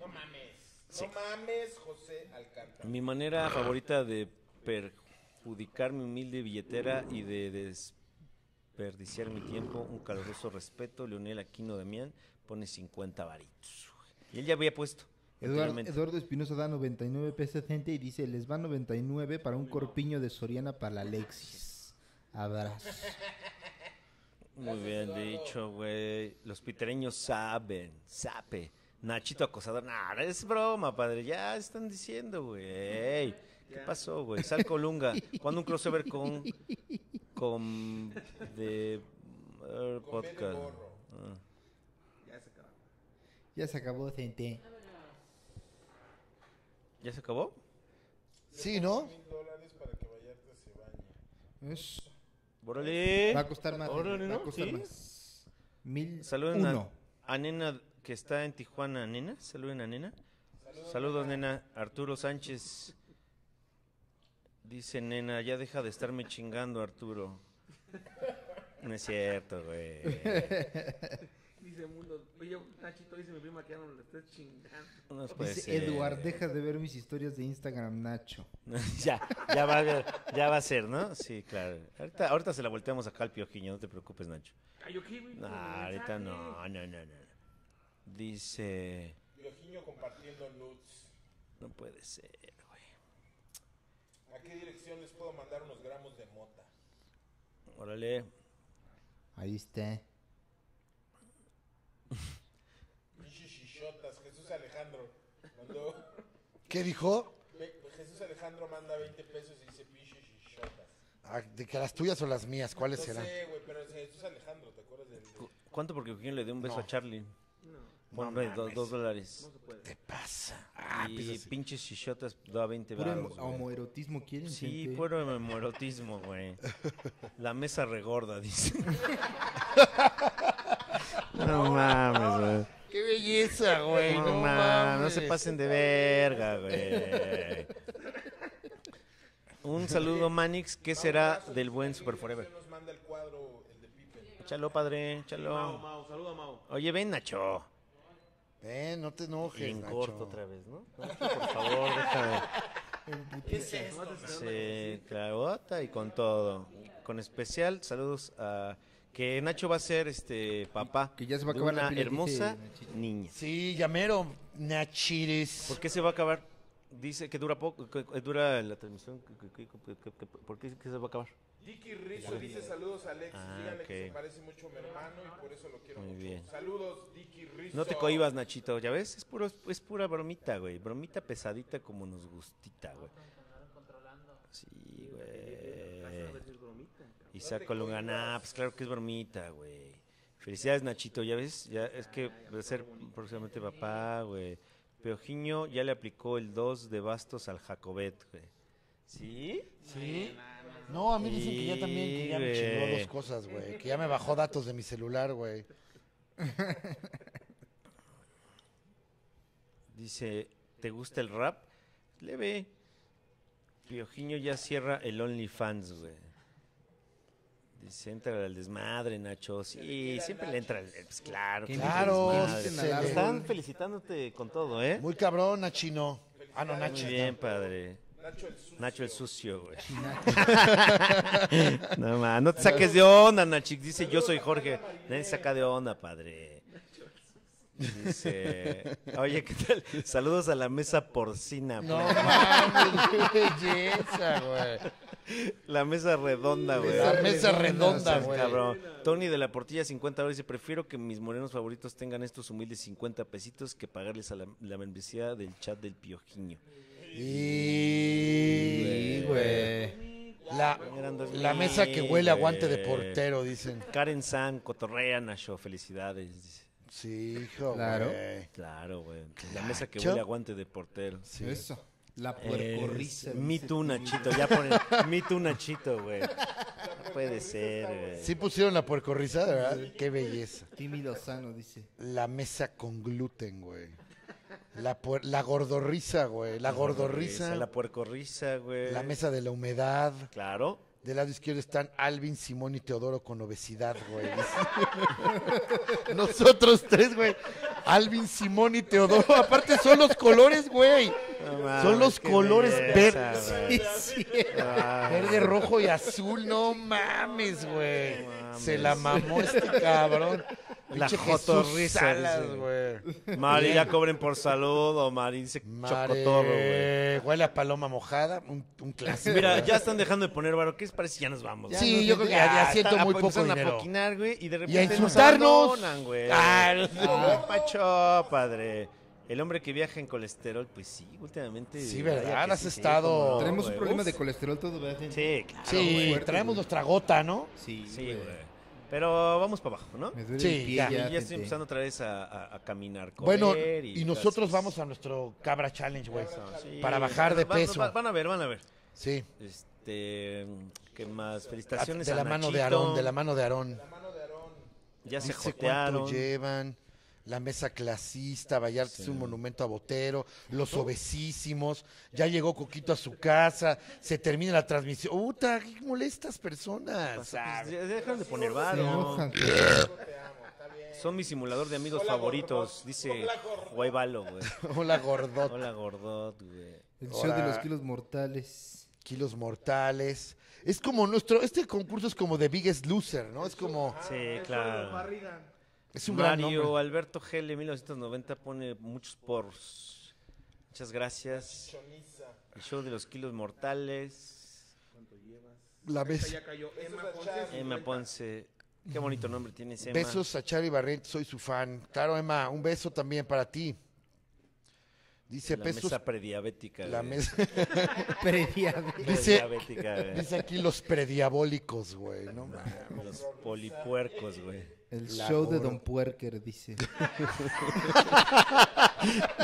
F: No mames. No mames, José Alcántara.
B: Mi manera favorita de perjudicar mi humilde billetera y de desperdiciar mi tiempo, un caluroso respeto, Leonel Aquino Damián pone 50 varitos. Y él ya había puesto.
E: Eduardo,
B: anteriormente.
E: Eduardo Espinosa da 99 pesos, gente, y dice, les va 99 para un corpiño de Soriana para la Alexis. Abrazo.
B: Muy bien dicho, güey. Los pitereños saben, sabe. Nachito acosador, nada, es broma, padre. Ya están diciendo, güey. Ey, ¿Qué pasó, güey? Sal Colunga. ¿Cuándo un crossover con. con. de. eh, podcast? Ah.
E: Ya se acabó, gente.
B: ¿Ya se acabó?
A: Sí, ¿no?
F: Mil dólares para que Vallarta se bañe.
E: Es-
B: ¡Órale!
E: Va a costar más.
B: Órale,
E: gente, Va
B: ¿no?
E: a costar
B: Sí.
E: más. Mil
B: Saluden a,
E: uno.
B: a Nena que está en Tijuana. ¿Nena? Saluden a Nena. Saludos, nena. Arturo Sánchez. Dice, nena, ya deja de estarme chingando, Arturo. No es cierto, güey.
D: Dice Mundo. Oye, Nachito dice mi prima que ya no le estés chingando.
B: No puede
E: Dice
B: ser.
E: Eduard, deja de ver mis historias de Instagram, Nacho.
B: ya, ya va, a ver, ya va a ser, ¿no? Sí, claro. Ahorita, ahorita se la volteamos acá al piojiño, no te preocupes, Nacho.
D: Ay, yo qué, güey.
B: No,
D: Mensaje.
B: ahorita no, no, no, no. Dice...
F: Virginio compartiendo nudes.
B: No puede ser, güey.
F: ¿A qué dirección les puedo mandar unos gramos de mota?
B: Órale.
E: Ahí está.
F: Pinches chichotas. Jesús Alejandro. Mandó.
A: ¿Qué dijo?
F: Ve- Jesús Alejandro manda 20 pesos y dice pinches chichotas.
A: Ah, ¿De que las tuyas o las mías? ¿Cuáles
F: No
A: serán?
F: sé, güey, pero es Jesús Alejandro, ¿te acuerdas del de-
B: Cu- ¿Cuánto porque Eugenio le dio un beso
A: No.
B: a Charlie? No. dos, dos dólares.
A: ¿Qué pasa? Ah,
B: y
A: pues así.
B: pinches chichotas da 20
E: Puro
B: baros.
E: homo- homoerotismo quieren,
B: Sí,
E: gente?
B: puro hemorotismo, güey. La mesa regorda, dice. No mames,
A: ¡Qué belleza, güey!
B: güey. No mames, no se pasen de verga, güey. Un saludo, Manix. ¿Qué será del buen Super Forever?
F: nos manda el cuadro, el de Pipe?
B: Échalo, padre,
D: Mao,
B: échalo.
D: Mao, saluda a Mao.
B: Oye, ven, Nacho.
A: Ven, Eh, no te enojes,
B: En
A: Nacho.
B: corto otra vez, ¿no? Nacho, por favor, déjame.
D: No te estés dando-
B: Sí, clarota y con todo. Con especial, saludos a que Nacho va a ser este papá.
E: Que ya se va a
B: de
E: acabar la
B: una
E: pila, dice
B: hermosa
E: Nachito.
B: niña.
A: Sí, llamero, Nachiris.
B: ¿Por qué se va a acabar? Dice que dura poco, que- que dura la transmisión. que- que- que- que- que- ¿Por qué que se va a acabar?
F: Dicky Rizzo dice saludos a Alex.
B: Ah,
F: Díganle que
B: ok.
F: se parece mucho a mi hermano y por eso lo quiero
B: Muy
F: mucho.
B: bien.
F: Saludos, Dicky Rizzo.
B: No te cohibas, Nachito, ¿ya ves? Es, puro, es pura bromita, güey. Bromita pesadita como nos gustita, güey. Sí, güey.
D: Es bromita, cabrón.
B: Isaac Colunga, nah, pues claro que es bromita, güey. Felicidades, Nachito, ya ves, ya es que va a ser próximamente papá, güey. Peojiño ya le aplicó el 2 de bastos al Jacobet, güey. ¿Sí?
A: ¿Sí? No, a mí dicen que ya también, que ya me
B: Sí,
A: chingó
B: güey.
A: dos cosas, güey. Que ya me bajó datos de mi celular, güey.
B: Dice, ¿te gusta el rap? Leve. Piojiño ya cierra el OnlyFans, güey. Dice, entra al desmadre, Nacho. Sí, siempre le entra. al- Pues claro,
E: Qué
B: que le entra al
A: Claro,
B: desmadre.
A: se le-
B: Están felicitándote con todo, ¿eh?
A: Muy cabrón, Nachino. Ah, no,
B: Muy
A: Nachi.
B: bien, padre.
F: Nacho el Sucio.
B: Nacho el sucio, güey. no, ma, no te saques de onda, Nachix. Dice, yo soy Jorge. Nadie se saca de onda, padre. Dice, oye, ¿qué tal? Saludos a la mesa porcina.
H: No
B: güey.
H: mames, qué belleza, güey.
B: La mesa redonda, güey.
H: La mesa redonda,
B: Estás
H: güey.
B: cabrón. Tony de la Portilla, 50 dólares. Dice, prefiero que mis morenos favoritos tengan estos humildes 50 pesitos que pagarles a la, la membresía del chat del Piojiño.
A: Y,
E: Eh,
H: güey.
A: La,
B: Eran dos
A: la
B: mil,
A: mesa que huele a guante de
B: güey.
A: portero, dicen.
B: Karen San, cotorrea, Nacho. Felicidades. Dice,
A: Sí, hijo,
E: Claro.
A: güey.
B: Claro, güey. La mesa que
A: Nacho.
B: huele a guante de portero.
A: Sí.
E: Eso. La
B: Es,
E: puercorrisa.
B: me
E: dice.
B: too, Nachito. Ya ponen, me too, Nachito, güey. No puede ser, güey.
A: Sí pusieron la puercorrisa, de verdad. Qué belleza.
E: Tímido sano, dice.
A: La mesa con gluten, güey. La, puer- la gordorrisa, güey. La gordorrisa.
B: La puercorrisa, güey.
A: La mesa de la humedad.
B: Claro.
A: Del lado izquierdo están Alvin, Simón y Teodoro con obesidad, güey. Nosotros tres, güey. Alvin, Simón y Teodoro. Aparte son los colores, güey.
B: No mames,
A: Son los
B: qué
A: colores
B: belleza,
A: verdes.
B: güey. Ah,
A: Verde, rojo y azul. No mames, güey.
B: mames.
A: Se la mamó este cabrón.
B: La
A: Pinche Jesús
B: jotorrisa,
A: Salas,
B: dice.
A: güey.
B: Mari, ya cobren por salud o Mari dice chocotorro, güey.
A: Mare, Huele a paloma mojada. Un, un clásico.
B: Mira,
A: güey.
B: ya están dejando de poner varo. ¿Qué les parece si ya nos vamos?
A: Sí, yo creo que ya- ya siento muy poco
B: Ah, pues, empezaron
A: dinero.
B: a poquinar, güey, y de repente
A: insultarnos.
B: nos abandonan, güey.
A: Ah,
B: Ah, Pacho, padre. El hombre que viaja en colesterol, pues sí, últimamente.
A: Sí, ¿verdad?
B: vaya que
A: Has
B: sí,
A: estado-
B: cómo no,
E: Tenemos
B: güey.
E: un problema
B: Uf.
E: de colesterol todo, ¿verdad, gente?
B: Sí, claro.
A: Sí,
E: güey. Fuerte,
A: traemos
E: güey.
A: nuestra gota, ¿no?
E: Sí,
B: Sí, güey. Pero vamos para abajo, ¿no?
E: Me duele
A: Sí,
E: el pie
A: ya.
E: ya.
B: Y ya
E: gente.
B: estoy empezando otra vez a, a- a caminar. correr
A: Bueno, y
B: todas
A: nosotros
B: esas-
A: vamos a nuestro Cabra Challenge, güey.
B: Sí,
A: Para bajar de
B: va- va-
A: peso.
B: va- van a ver, van a ver.
A: Sí.
B: Este, ¿qué más? Felicitaciones
A: Ah, De
B: a
A: la mano de
B: Nachito.
A: Aarón, de la mano de Aarón.
B: Ya se
A: Dice cuánto
B: jotearon.
A: llevan. La mesa clasista, Vallarta es un monumento a Botero, los obesísimos, ya llegó Coquito a su casa, se termina la transmisión. ¡Uta! ¡Qué molestas personas!
B: Pues,
A: ¿sabes?
B: ya dejan de poner
E: Se
B: varo.
E: enojan.
B: Son mi simulador de amigos
F: Hola,
B: favoritos,
F: gordos.
B: dice
F: Hola, gordos.
B: Huevalo, güey.
A: Ah, Hola, gordota.
B: Hola, gordot, güey.
E: El show de los
A: Ahora-
E: kilos mortales.
A: Kilos mortales. Es como nuestro, este concurso es como The Biggest Loser, ¿no? Es como,
F: Ah,
B: Sí, claro.
D: Barriga.
A: es un gran nombre.
B: Mario Alberto GL 1990 pone muchos poros. Muchas gracias. El show de los kilos mortales.
A: La mesa.
D: Ya cayó. Emma Ponce.
B: Emma Ponce. Qué bonito nombre tienes, Emma.
A: Besos a Chari Barrett, soy su fan. Claro, Emma, un beso también para ti. Dice
B: La
A: pesos.
B: mesa prediabética.
A: la
B: güey.
A: mesa.
E: Prediabetes.
A: dice,
B: Prediabética, güey.
A: dice aquí los prediabólicos, güey. No mames.
B: Los polipuercos, güey.
E: El
A: La
E: show de
A: gorda.
E: Don Puerker, dice.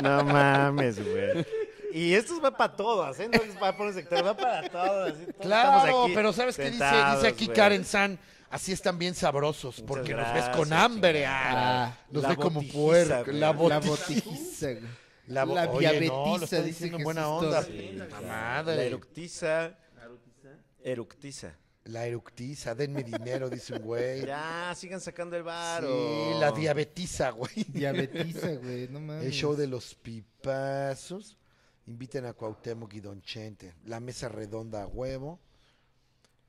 B: No mames, güey. Y esto va para todas, ¿eh? No es para por el sector, va para todas. así, todos estamos
A: Claro,
B: aquí
A: pero ¿sabes qué dice?
B: sentados,
A: Dice aquí
B: güey.
A: Karen San. Así están bien sabrosos,
B: Muchas
A: porque nos ves
B: gracias,
A: con hambre.
B: chingada.
A: ah. nos
B: La
A: ve como
B: botijiza,
A: puerco.
B: güey.
A: La
E: La
A: botijiza.
E: botijiza. güey.
A: La, bo-
E: La
A: Oye, no, lo
E: diabetiza,
A: está
E: dice
A: diciendo en
E: Jesús
A: buena
E: Torres.
A: onda.
B: Sí,
A: puta
B: claro. La
A: madre.
B: eructiza. Eructiza.
A: La eructiza, denme dinero, dice un güey.
B: Ya, sigan sacando el bar.
A: Sí, la diabetiza, güey.
E: Diabetiza, güey. No mames.
A: El show de los pipazos. Inviten a Cuauhtémoc y Don Chente. La mesa redonda a huevo.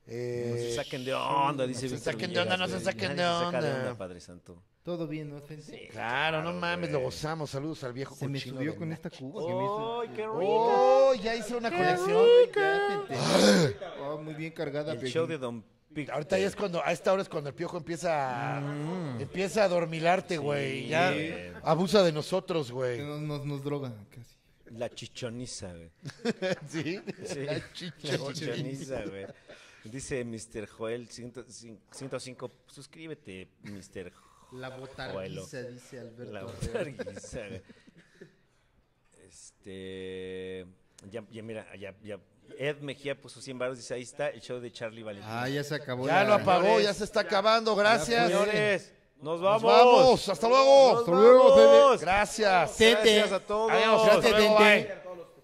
A: Eh,
B: No se saquen de onda, dice
A: se
B: Víctor
A: saquen de
B: Villegas,
A: onda, no se
B: güey.
A: saquen
B: Nadie
A: de
B: se saca de
A: onda.
B: onda, Padre Santo.
E: Todo bien, ¿no, gente?
A: claro, no
B: claro,
A: mames,
B: güey.
A: lo gozamos. Saludos al viejo
E: Se me
A: cochino
E: subió
A: de
E: con
A: na-
E: esta cuba que me hizo.
B: ¡Oh, qué rico!
A: ¡Oh! Ya hice una colección.
E: Ya, gente. Oh, muy bien cargada.
B: El
E: Piojín.
B: show de Don Pic.
A: Ahorita ya es cuando, a esta hora es cuando el piojo empieza a, empieza a dormilarte, güey. ya
B: güey.
A: abusa de nosotros,
E: Que
A: güey.
E: Nos, nos, nos drogan casi.
B: La chichoniza, güey.
A: ¿Sí?
B: Sí.
A: La
B: La
A: chichona.
B: chichoniza, güey. Dice Mr. Joel 105, suscríbete, Mr.
E: La botarguiza, dice Alberto.
B: La
E: Herrera.
B: vergüenza, güey. Este. Ya, ya mira, ya, ya. Ed Mejía puso 100 baros, dice, ahí está el show de Charlie Valentín.
E: Ah, ya se acabó.
A: Ya
E: la-
A: lo apagó, ya
B: Señores.
A: se está acabando. Gracias.
B: Señores, nos
A: Nos
B: vamos.
A: vamos. Hasta luego.
B: Nos vamos.
A: Gracias.
B: Gracias a todos.
A: Adiós, gracias,
B: Hasta luego,
A: Tente.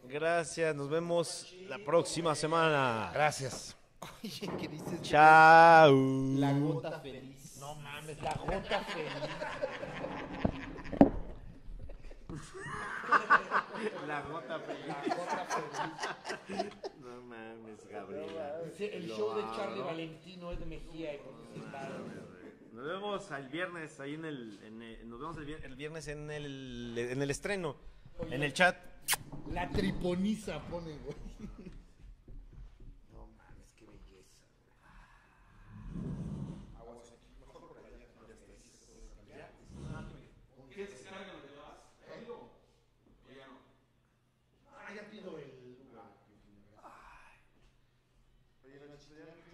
B: bye. Gracias, nos vemos la próxima semana.
A: Gracias.
E: Oye, ¿qué dices?
B: Chao.
E: La gota feliz. No mames, la gota feliz.
D: La gota feliz.
B: No mames, Gabriela.
A: El show de Charlie Valentino es de Mejía.
B: No Nos vemos el viernes ahí en el, en el- nos vemos el, vier- el viernes en el, en el estreno, en el chat.
A: La triponiza pone, güey. No mames, qué belleza. ¿Quieres descarga lo que vas? ¿Te digo? ya no. Ah, ya pido el. Oye,